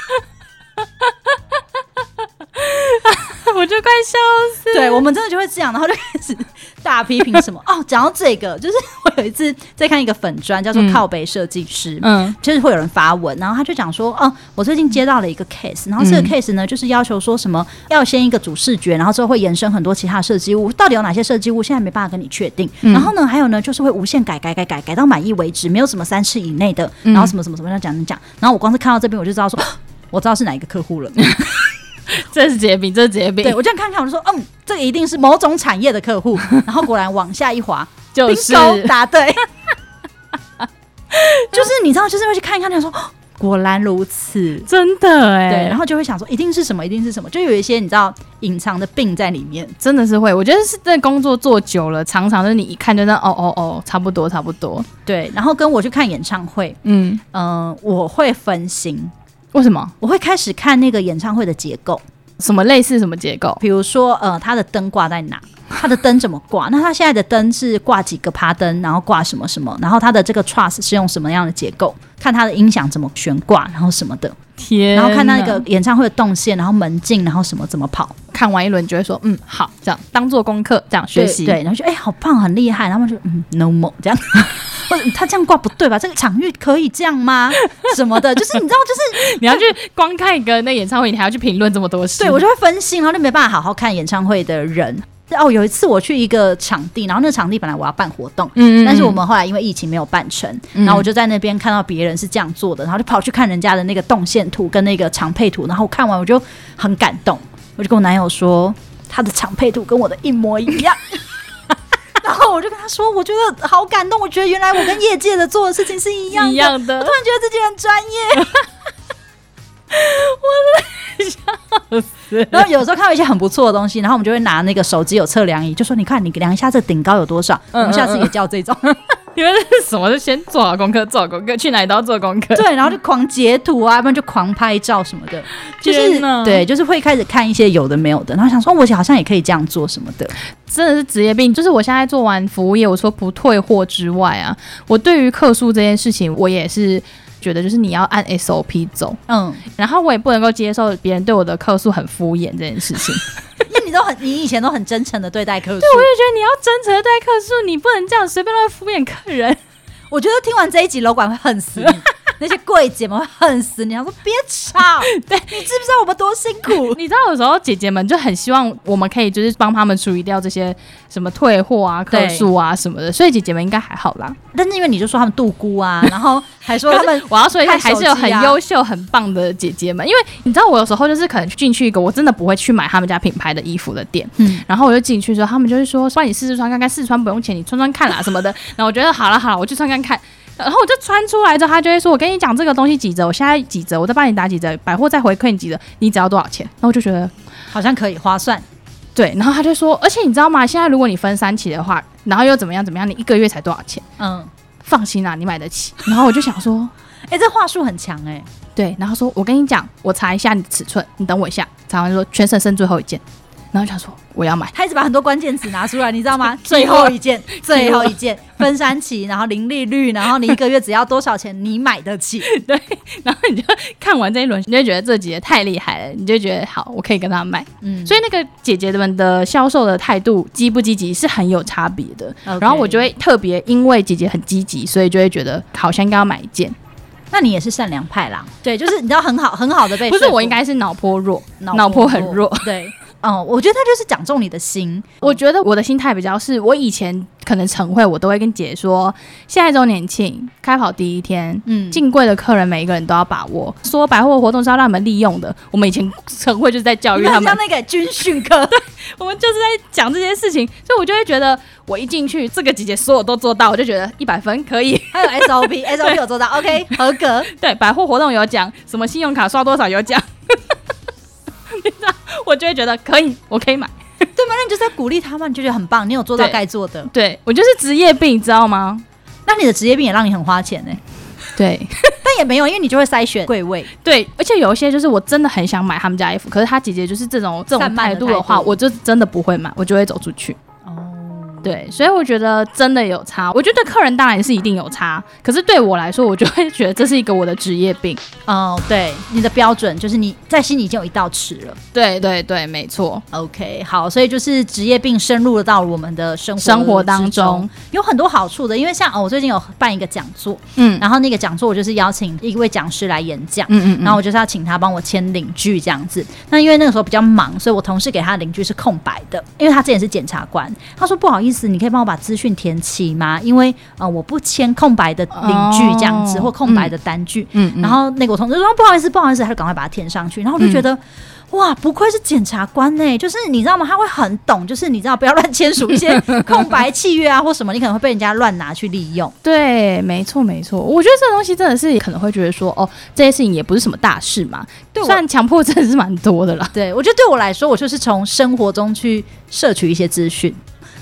[SPEAKER 2] 我就快笑死。”
[SPEAKER 1] 对，我们真的就会这样，然后就开始大批评什么哦。讲到这个，就是我有一次在看一个粉砖叫做“
[SPEAKER 2] 嗯
[SPEAKER 1] 靠北设计师”，
[SPEAKER 2] 嗯
[SPEAKER 1] 就是会有人发文，然后他就讲说，哦，我最近接到了一个 case，然后这个
[SPEAKER 2] 嗯
[SPEAKER 1] case 呢，就是要求说什么要先一个主视觉，然后之后会延伸很多其他设计物，到底有哪些设计物，现在没办法跟你确定。
[SPEAKER 2] 嗯
[SPEAKER 1] 然后呢，还有呢，就是会无限改改改改改到满意为止，没有什么三次以内的，然后什么什么
[SPEAKER 2] 嗯
[SPEAKER 1] 什么要讲讲讲。然后我光是看到这边，我就知道 说。我知道是哪一个客户了，
[SPEAKER 2] 这是结饼，这是结饼，
[SPEAKER 1] 对我这样看看，我就说，嗯，这个一定是某种产业的客户。然后果然往下一滑，
[SPEAKER 2] 就
[SPEAKER 1] 冰
[SPEAKER 2] 是
[SPEAKER 1] 糕答对， 就是你知道，就是会去看一看，他说 哦果然如此。
[SPEAKER 2] 真的哎、
[SPEAKER 1] 对，然后就会想说，一定是什么，一定是什么，就有一些你知道隐藏的病在里面。
[SPEAKER 2] 真的是会，我觉得是这工作做久了，常常就是你一看就那哦哦哦，差不多差不多。
[SPEAKER 1] 对，然后跟我去看演唱会，
[SPEAKER 2] 嗯，
[SPEAKER 1] 嗯、我会分心，
[SPEAKER 2] 为什么？
[SPEAKER 1] 我会开始看那个演唱会的结构，
[SPEAKER 2] 什么类似什么结构？
[SPEAKER 1] 比如说，呃，它的灯挂在哪，它的灯怎么挂，那它现在的灯是挂几个趴灯，然后挂什么什么，然后它的这个 truss 是用什么样的结构，看它的音响怎么悬挂，然后什么的，
[SPEAKER 2] 天
[SPEAKER 1] 然
[SPEAKER 2] 哪，
[SPEAKER 1] 后看那个演唱会的动线，然后门禁，然后什么怎么跑，
[SPEAKER 2] 看完一轮就会说，嗯，好，这样当做功课，这样学
[SPEAKER 1] 对
[SPEAKER 2] 习。
[SPEAKER 1] 对，然后就哎、好棒，很厉害，然后就嗯 no more 这样， 或者他这样挂不对吧？这个场域可以这样吗？什么的，就是你知道，就是
[SPEAKER 2] 你要去光看一个那演唱会，你还要去评论这么多事。
[SPEAKER 1] 对我就会分心，然后就没办法好好看演唱会的人。哦，有一次我去一个场地，然后那个场地本来我要办活动。
[SPEAKER 2] 嗯
[SPEAKER 1] 但是我们后来因为疫情没有办成，然后我就在那边看到别人是这样做的，然后就跑去看人家的那个动线图跟那个场配图，然后我看完我就很感动，我就跟我男友说他的场配图跟我的一模一 样，然后我就跟他说我觉得好感动，我觉得原来我跟业界的做的事情是一样的，
[SPEAKER 2] 一样的
[SPEAKER 1] 我突然觉得自己很专业。 然后有时候看到一些很不错的东西，然后我们就会拿那个手机有测量仪，就说你看你量一下这顶高有多少，我
[SPEAKER 2] 嗯
[SPEAKER 1] 们下次也叫这种。
[SPEAKER 2] 你们是什么？就先做好功课，做好功课，去哪里都要做功课。
[SPEAKER 1] 对，然后就狂截图啊，不然就狂拍照什么的， 就是
[SPEAKER 2] 天哪
[SPEAKER 1] 对，就是会开始看一些有的没有的，然后想说我好像也可以这样做什么的。
[SPEAKER 2] 真的是职业病。就是我现在做完服务业，我说不退货之外啊，我对于客诉这件事情，我也是觉得就是你要按 SOP 走，
[SPEAKER 1] 嗯，
[SPEAKER 2] 然后我也不能够接受别人对我的客诉很敷衍这件事 情。
[SPEAKER 1] 因为你都很，你以前都很真诚的对待客户。
[SPEAKER 2] 对，我就觉得你要真诚的对待客诉，你不能这样随便乱敷衍客人。
[SPEAKER 1] 我觉得听完这一集，楼管会恨死 你，那些柜姐们会恨死你，想说别吵， 对你知不知道我们多辛 苦？
[SPEAKER 2] 你知道有时候姐姐们就很希望我们可以就是帮他们处理掉这些什么退货啊、客
[SPEAKER 1] 对
[SPEAKER 2] 诉啊什么的，所以姐姐们应该还好啦。
[SPEAKER 1] 但是因为你就说他们度孤啊，然后还说他们
[SPEAKER 2] 我要说一下，
[SPEAKER 1] 看手
[SPEAKER 2] 还
[SPEAKER 1] 机啊
[SPEAKER 2] 是有很优秀、很棒的姐姐们。因为你知道，我有时候就是可能进去一个我真的不会去买他们家品牌的衣服的店，
[SPEAKER 1] 嗯
[SPEAKER 2] 然后我就进去之后，他们就会说：“帮你试试穿看看，试穿不用钱，你穿穿看啦什么的。”然后我觉得好了好了，我去穿看看。然后我就穿出来之后，他就会说：“我跟你讲这个东西几折，我现在几折，我再帮你打几折，百货再回馈你几折，你只要多少钱？”然后我就觉得
[SPEAKER 1] 好像可以划算，
[SPEAKER 2] 对，然后他就说：“而且你知道吗？现在如果你分三期的话，然后又怎么样怎么样，你一个月才多少钱？
[SPEAKER 1] 嗯，
[SPEAKER 2] 放心啦、你买 得起。”然后我就想说。
[SPEAKER 1] 哎、这话术很强哎、
[SPEAKER 2] 对，然后说：“我跟你讲，我查一下你的尺寸，你等我一下。”查完说：“全省剩最后一件。” 然后想说：“我要买。
[SPEAKER 1] 他一直把很多关键词拿出来，你知道吗？
[SPEAKER 2] 最
[SPEAKER 1] 最
[SPEAKER 2] 后
[SPEAKER 1] 后一件，最后一件，分三期，然后零利率，然后你一个月只要多少钱，你买得起。”
[SPEAKER 2] 然后你就看完这一轮，你就会觉得这姐姐太厉害了，你就觉得好，我可以跟她买。
[SPEAKER 1] 嗯，
[SPEAKER 2] 所以那个姐姐们的销售的态度积不积极是很有差别的。然后我就
[SPEAKER 1] 得，
[SPEAKER 2] 会特别因为姐姐很积极，所以就会觉得好像应该要买一件。
[SPEAKER 1] 那你也是善良派啦，对，就是你知道很好很好的被，
[SPEAKER 2] 不是我应，该是脑波弱，脑波很弱。
[SPEAKER 1] 对。嗯，我觉得他就是讲中你的心，
[SPEAKER 2] 我觉得我的心态比较是，我以前可能晨会我都会跟姐说，下一周年庆开跑第一天，
[SPEAKER 1] 嗯，
[SPEAKER 2] 进柜的客人每一个人都要把握，说百货活动是要让你们利用的。我们以前晨会就是在教育
[SPEAKER 1] 你
[SPEAKER 2] 他
[SPEAKER 1] 很
[SPEAKER 2] 们
[SPEAKER 1] 像，那个军训 课，
[SPEAKER 2] 我们就是在讲这些事情，所以我就会觉得我一进去这个姐姐所有都做到，我就觉得一百分可以。
[SPEAKER 1] 还有 SOP，SOP 有做到，OK，合格。
[SPEAKER 2] 对，百货活动有奖，什么信用卡刷多少有奖， 你知道，我就会觉得可以，我可以买。
[SPEAKER 1] 对吗？那你就是在鼓励他们，你就觉得很棒，你有做到
[SPEAKER 2] 对
[SPEAKER 1] 该做的。
[SPEAKER 2] 对我就是职业病，你知道吗？
[SPEAKER 1] 那你的职业病也让你很花钱呢、
[SPEAKER 2] 对。
[SPEAKER 1] 但也没有，因为你就会筛选贵位。
[SPEAKER 2] 对，而且有一些就是我真的很想买他们家衣服，可是他姐姐就是这种这
[SPEAKER 1] 散
[SPEAKER 2] 种
[SPEAKER 1] 漫
[SPEAKER 2] 态
[SPEAKER 1] 的
[SPEAKER 2] 度
[SPEAKER 1] 态
[SPEAKER 2] 的话，
[SPEAKER 1] 度
[SPEAKER 2] 我就真的不会买，我就会走出去。
[SPEAKER 1] 哦，
[SPEAKER 2] 对，所以我觉得真的有差。我觉得对客人当然是一定有差，可是对我来说，我就会觉得这是一个我的职业病。
[SPEAKER 1] 哦，对，你的标准就是你在心里已经有一道尺了。
[SPEAKER 2] 对对对，没错。
[SPEAKER 1] OK，好，所以就是职业病深入到我们的生活
[SPEAKER 2] 生活
[SPEAKER 1] 之中
[SPEAKER 2] 当中，
[SPEAKER 1] 有很多好处的。因为像哦，我最近有办一个讲座，
[SPEAKER 2] 嗯
[SPEAKER 1] 然后那个讲座我就是邀请一位讲师来演讲。
[SPEAKER 2] 嗯嗯，
[SPEAKER 1] 然后我就是要请他帮我签领据这样子。那因为那个时候比较忙，所以我同事给他的领据是空白的，因为他之前是检察官。他说不好意思，你可以帮我把资讯填齐吗？因为呃我不签空白的领据这样子，
[SPEAKER 2] 哦
[SPEAKER 1] 或空白的单据。
[SPEAKER 2] 嗯嗯
[SPEAKER 1] 然后那个我同事说不好意思，不好意思，他就赶快把它填上去。然后我就觉得。哇，不愧是检察官呢、就是你知道吗？他会很懂，就是你知道不要乱签署一 些空白契约啊，或什么，你可能会被人家乱拿去利用。
[SPEAKER 2] 对，没错没错。我觉得这东西真的是可能会觉得说，哦，这些事情也不是什么大事嘛。
[SPEAKER 1] 对我
[SPEAKER 2] 虽然强迫症是蛮多的啦。
[SPEAKER 1] 对，我觉得对我来说，我就是从生活中去摄取一些资讯。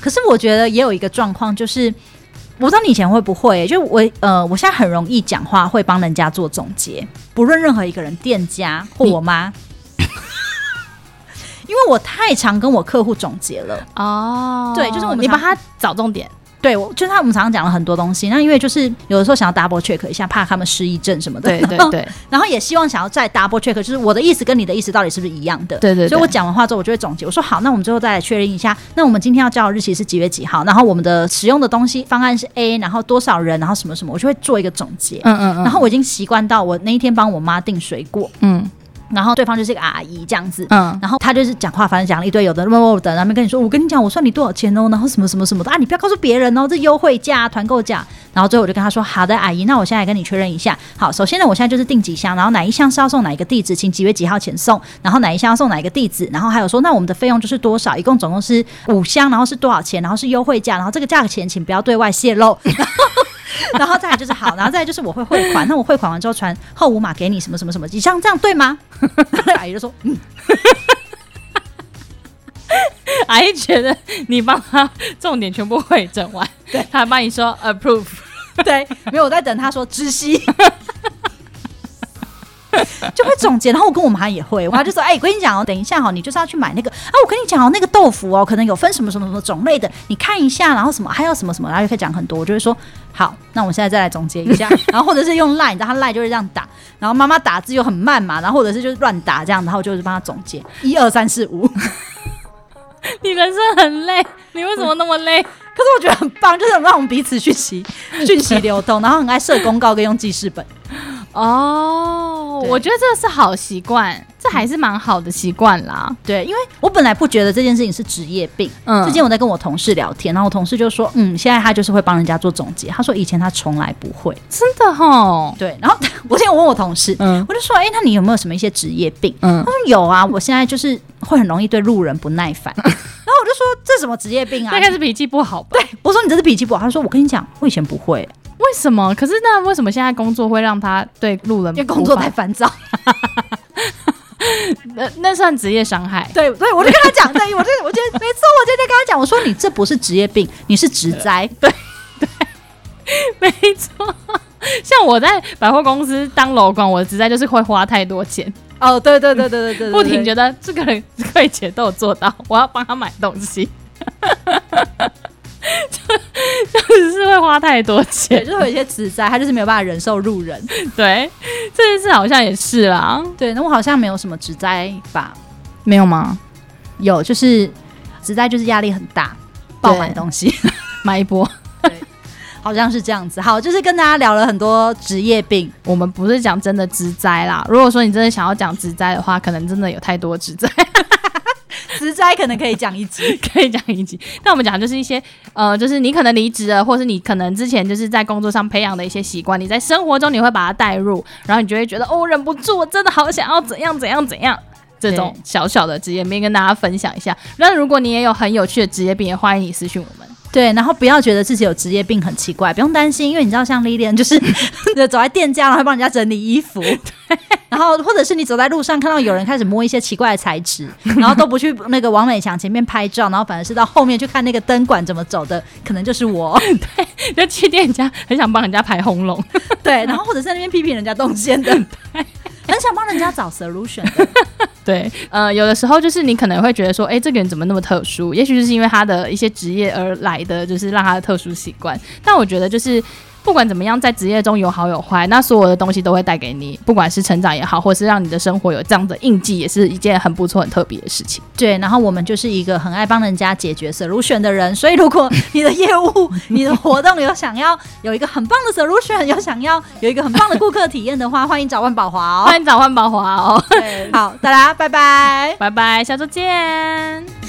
[SPEAKER 1] 可是我觉得也有一个状况，就是我不知道你以前会不会、就我呃，我现在很容易讲话会帮人家做总结，不论任何一个人，店家或我妈，因为我太常跟我客户总结了。
[SPEAKER 2] 哦
[SPEAKER 1] 对就是我们
[SPEAKER 2] 你
[SPEAKER 1] 常
[SPEAKER 2] 帮他找重点。
[SPEAKER 1] 对，我就是他我们常常讲了很多东西，那因为就是有的时候想要 double check 一下，怕他们失忆症什么的。
[SPEAKER 2] 对对 对，
[SPEAKER 1] 然后也希望想要再 double check，就是我的意思跟你的意思到底是不是一样的？
[SPEAKER 2] 对对对
[SPEAKER 1] 所以我讲完话之后，我就会总结，我说好，那我们最后再来确认一下，那我们今天要交的日期是几月几号？然后我们的使用的东西方案是 A，然后多少人，然后什么什么，我就会做一个总结。
[SPEAKER 2] 嗯嗯嗯。
[SPEAKER 1] 然后我已经习惯到我那一天帮我妈订水果，
[SPEAKER 2] 嗯
[SPEAKER 1] 然后对方就是一个阿姨这样子。
[SPEAKER 2] 嗯。
[SPEAKER 1] 然后她就是讲话，反正讲了一堆有的没的，然后跟你说，我跟你讲，我算你多少钱哦，然后什么什么什么的啊，你不要告诉别人哦，这优惠价、团购价。然后最后我就跟她说，好的，阿姨，那我现在跟你确认一下。好，首先呢，我现在就是订几箱，然后哪一箱是要送哪一个地址，请几月几号前送，然后哪一箱要送哪一个地址，然后还有说，那我们的费用就是多少，一共总共是五箱，然后是多少钱，然后是优惠价，然后这个价钱请不要对外泄露。 然后再来就是好，然后再来就是我会汇款，那我汇款完之后传后五码给你，什么什么什么，以上这样对吗？ 阿姨就说，嗯，
[SPEAKER 2] 阿姨觉得你帮他重点全部会整完， 对，他还帮你说 approve，
[SPEAKER 1] 对，没有我在等他说知悉， 就会总结。然后我跟我妈也会，我妈就说：“哎、我跟你讲哦，等一下哦，你就是要去买那个啊，我跟你讲哦，那个豆腐哦，可能有分什么什么什么种类的，你看一下，然后什么还有什么什么，然后就可以讲很多。”我就会说：“好，那我们现在再来总结一下。”然后或者是用 line，你知道他 line 就会这样打，然后妈妈打字又很慢嘛，然后或者是就是乱打这样，然后我就是帮他总结一二三四五。
[SPEAKER 2] 你人生很累，你为什么那么累？
[SPEAKER 1] 可是我觉得很棒，就是很让我们彼此讯息讯息流通，然后很爱设公告跟用记事本。
[SPEAKER 2] 哦
[SPEAKER 1] 对
[SPEAKER 2] 我觉得这是好习惯，这还是蛮好的习惯啦。
[SPEAKER 1] 对，因为我本来不觉得这件事情是职业病。
[SPEAKER 2] 嗯
[SPEAKER 1] 之前我在跟我同事聊天，然后我同事就说，嗯，现在他就是会帮人家做总结。他说以前他从来不会。
[SPEAKER 2] 真的吼，
[SPEAKER 1] 对，然后 我现在问我同事，
[SPEAKER 2] 嗯
[SPEAKER 1] 我就说，哎、那你有没有什么一些职业病？
[SPEAKER 2] 嗯
[SPEAKER 1] 他，说有啊，我现在就是会很容易对路人不耐 烦。然后我就说这什么职业病啊
[SPEAKER 2] 大？概是脾气不好吧？对，
[SPEAKER 1] 我说你这是脾气不好。他说我跟你讲，我以前不会，
[SPEAKER 2] 为什么？可是那为什么现在工作会让他对路人
[SPEAKER 1] 因为工作
[SPEAKER 2] 无法
[SPEAKER 1] 太烦躁。
[SPEAKER 2] 那那算职业伤害？
[SPEAKER 1] 对，所以我就跟他讲，对，我就我就没错，我就在跟他讲，我说你这不是职业病，你是职灾。对，
[SPEAKER 2] 没错，像我在百货公司当楼管，我的职责就是会花太多钱，
[SPEAKER 1] 哦，对对对对对对
[SPEAKER 2] 不停觉得这个人柜姐都有做到，我要帮他买东西， 就就是会花太多
[SPEAKER 1] 对，
[SPEAKER 2] 钱。
[SPEAKER 1] 就是有一些职灾，他就是没有办法忍受路人。
[SPEAKER 2] 对，这件事好像也是啦，
[SPEAKER 1] 对，那我好像没有什么职灾吧？
[SPEAKER 2] 没有吗？
[SPEAKER 1] 有，就是职灾就是压力很大，爆满东西，
[SPEAKER 2] 买一波。
[SPEAKER 1] 好像是这样子。好，就是跟大家聊了很多职业病，
[SPEAKER 2] 我们不是讲真的职灾啦，如果说你真的想要讲职灾的话，可能真的有太多职灾。
[SPEAKER 1] 职灾斋可能可以讲一集。
[SPEAKER 2] 可以讲一集。那我们讲就是一些呃，就是你可能离职了，或是你可能之前就是在工作上培养的一些习惯，你在生活中你会把它带入，然后你就会觉得哦，忍不住，我真的好想要怎样怎样怎样。这种
[SPEAKER 1] 对
[SPEAKER 2] 小小的职业病跟大家分享一下。那如果你也有很有趣的职业病，也欢迎你私讯我们。
[SPEAKER 1] 对，然后不要觉得自己有职业病很奇怪，不用担心，因为你知道像 Lilian 就是 走在店家，然后还帮人家整理衣服，然后或者是你走在路上看到有人开始摸一些奇怪的材质，然后都不去那个王美强前面拍照，然后反而是到后面去看那个灯管怎么走的，可能就是我。
[SPEAKER 2] 就去店家很想帮人家排红龙，
[SPEAKER 1] 对，然后或者在那边批评人家动线的， 很想帮人家找 solution 的。
[SPEAKER 2] 对，呃，有的时候就是你可能会觉得说，哎、这个人怎么那么特殊？也许就是因为他的一些职业而来的，就是让他的特殊习惯。但我觉得就是。不管怎么样，在职业中有好有坏，那所有的东西都会带给你，不管是成长也好，或是让你的生活有这样的印记，也是一件很不错、很特别的事情。
[SPEAKER 1] 对，然后我们就是一个很爱帮人家解决 solution 的人，所以如果你的业务、你的活动有想要有一个很棒的 solution，有想要有一个很棒的顾客体验的话，欢迎找万宝华哦。
[SPEAKER 2] 欢迎找换宝华哦，
[SPEAKER 1] 对好，大家拜拜。
[SPEAKER 2] 拜拜，下周见。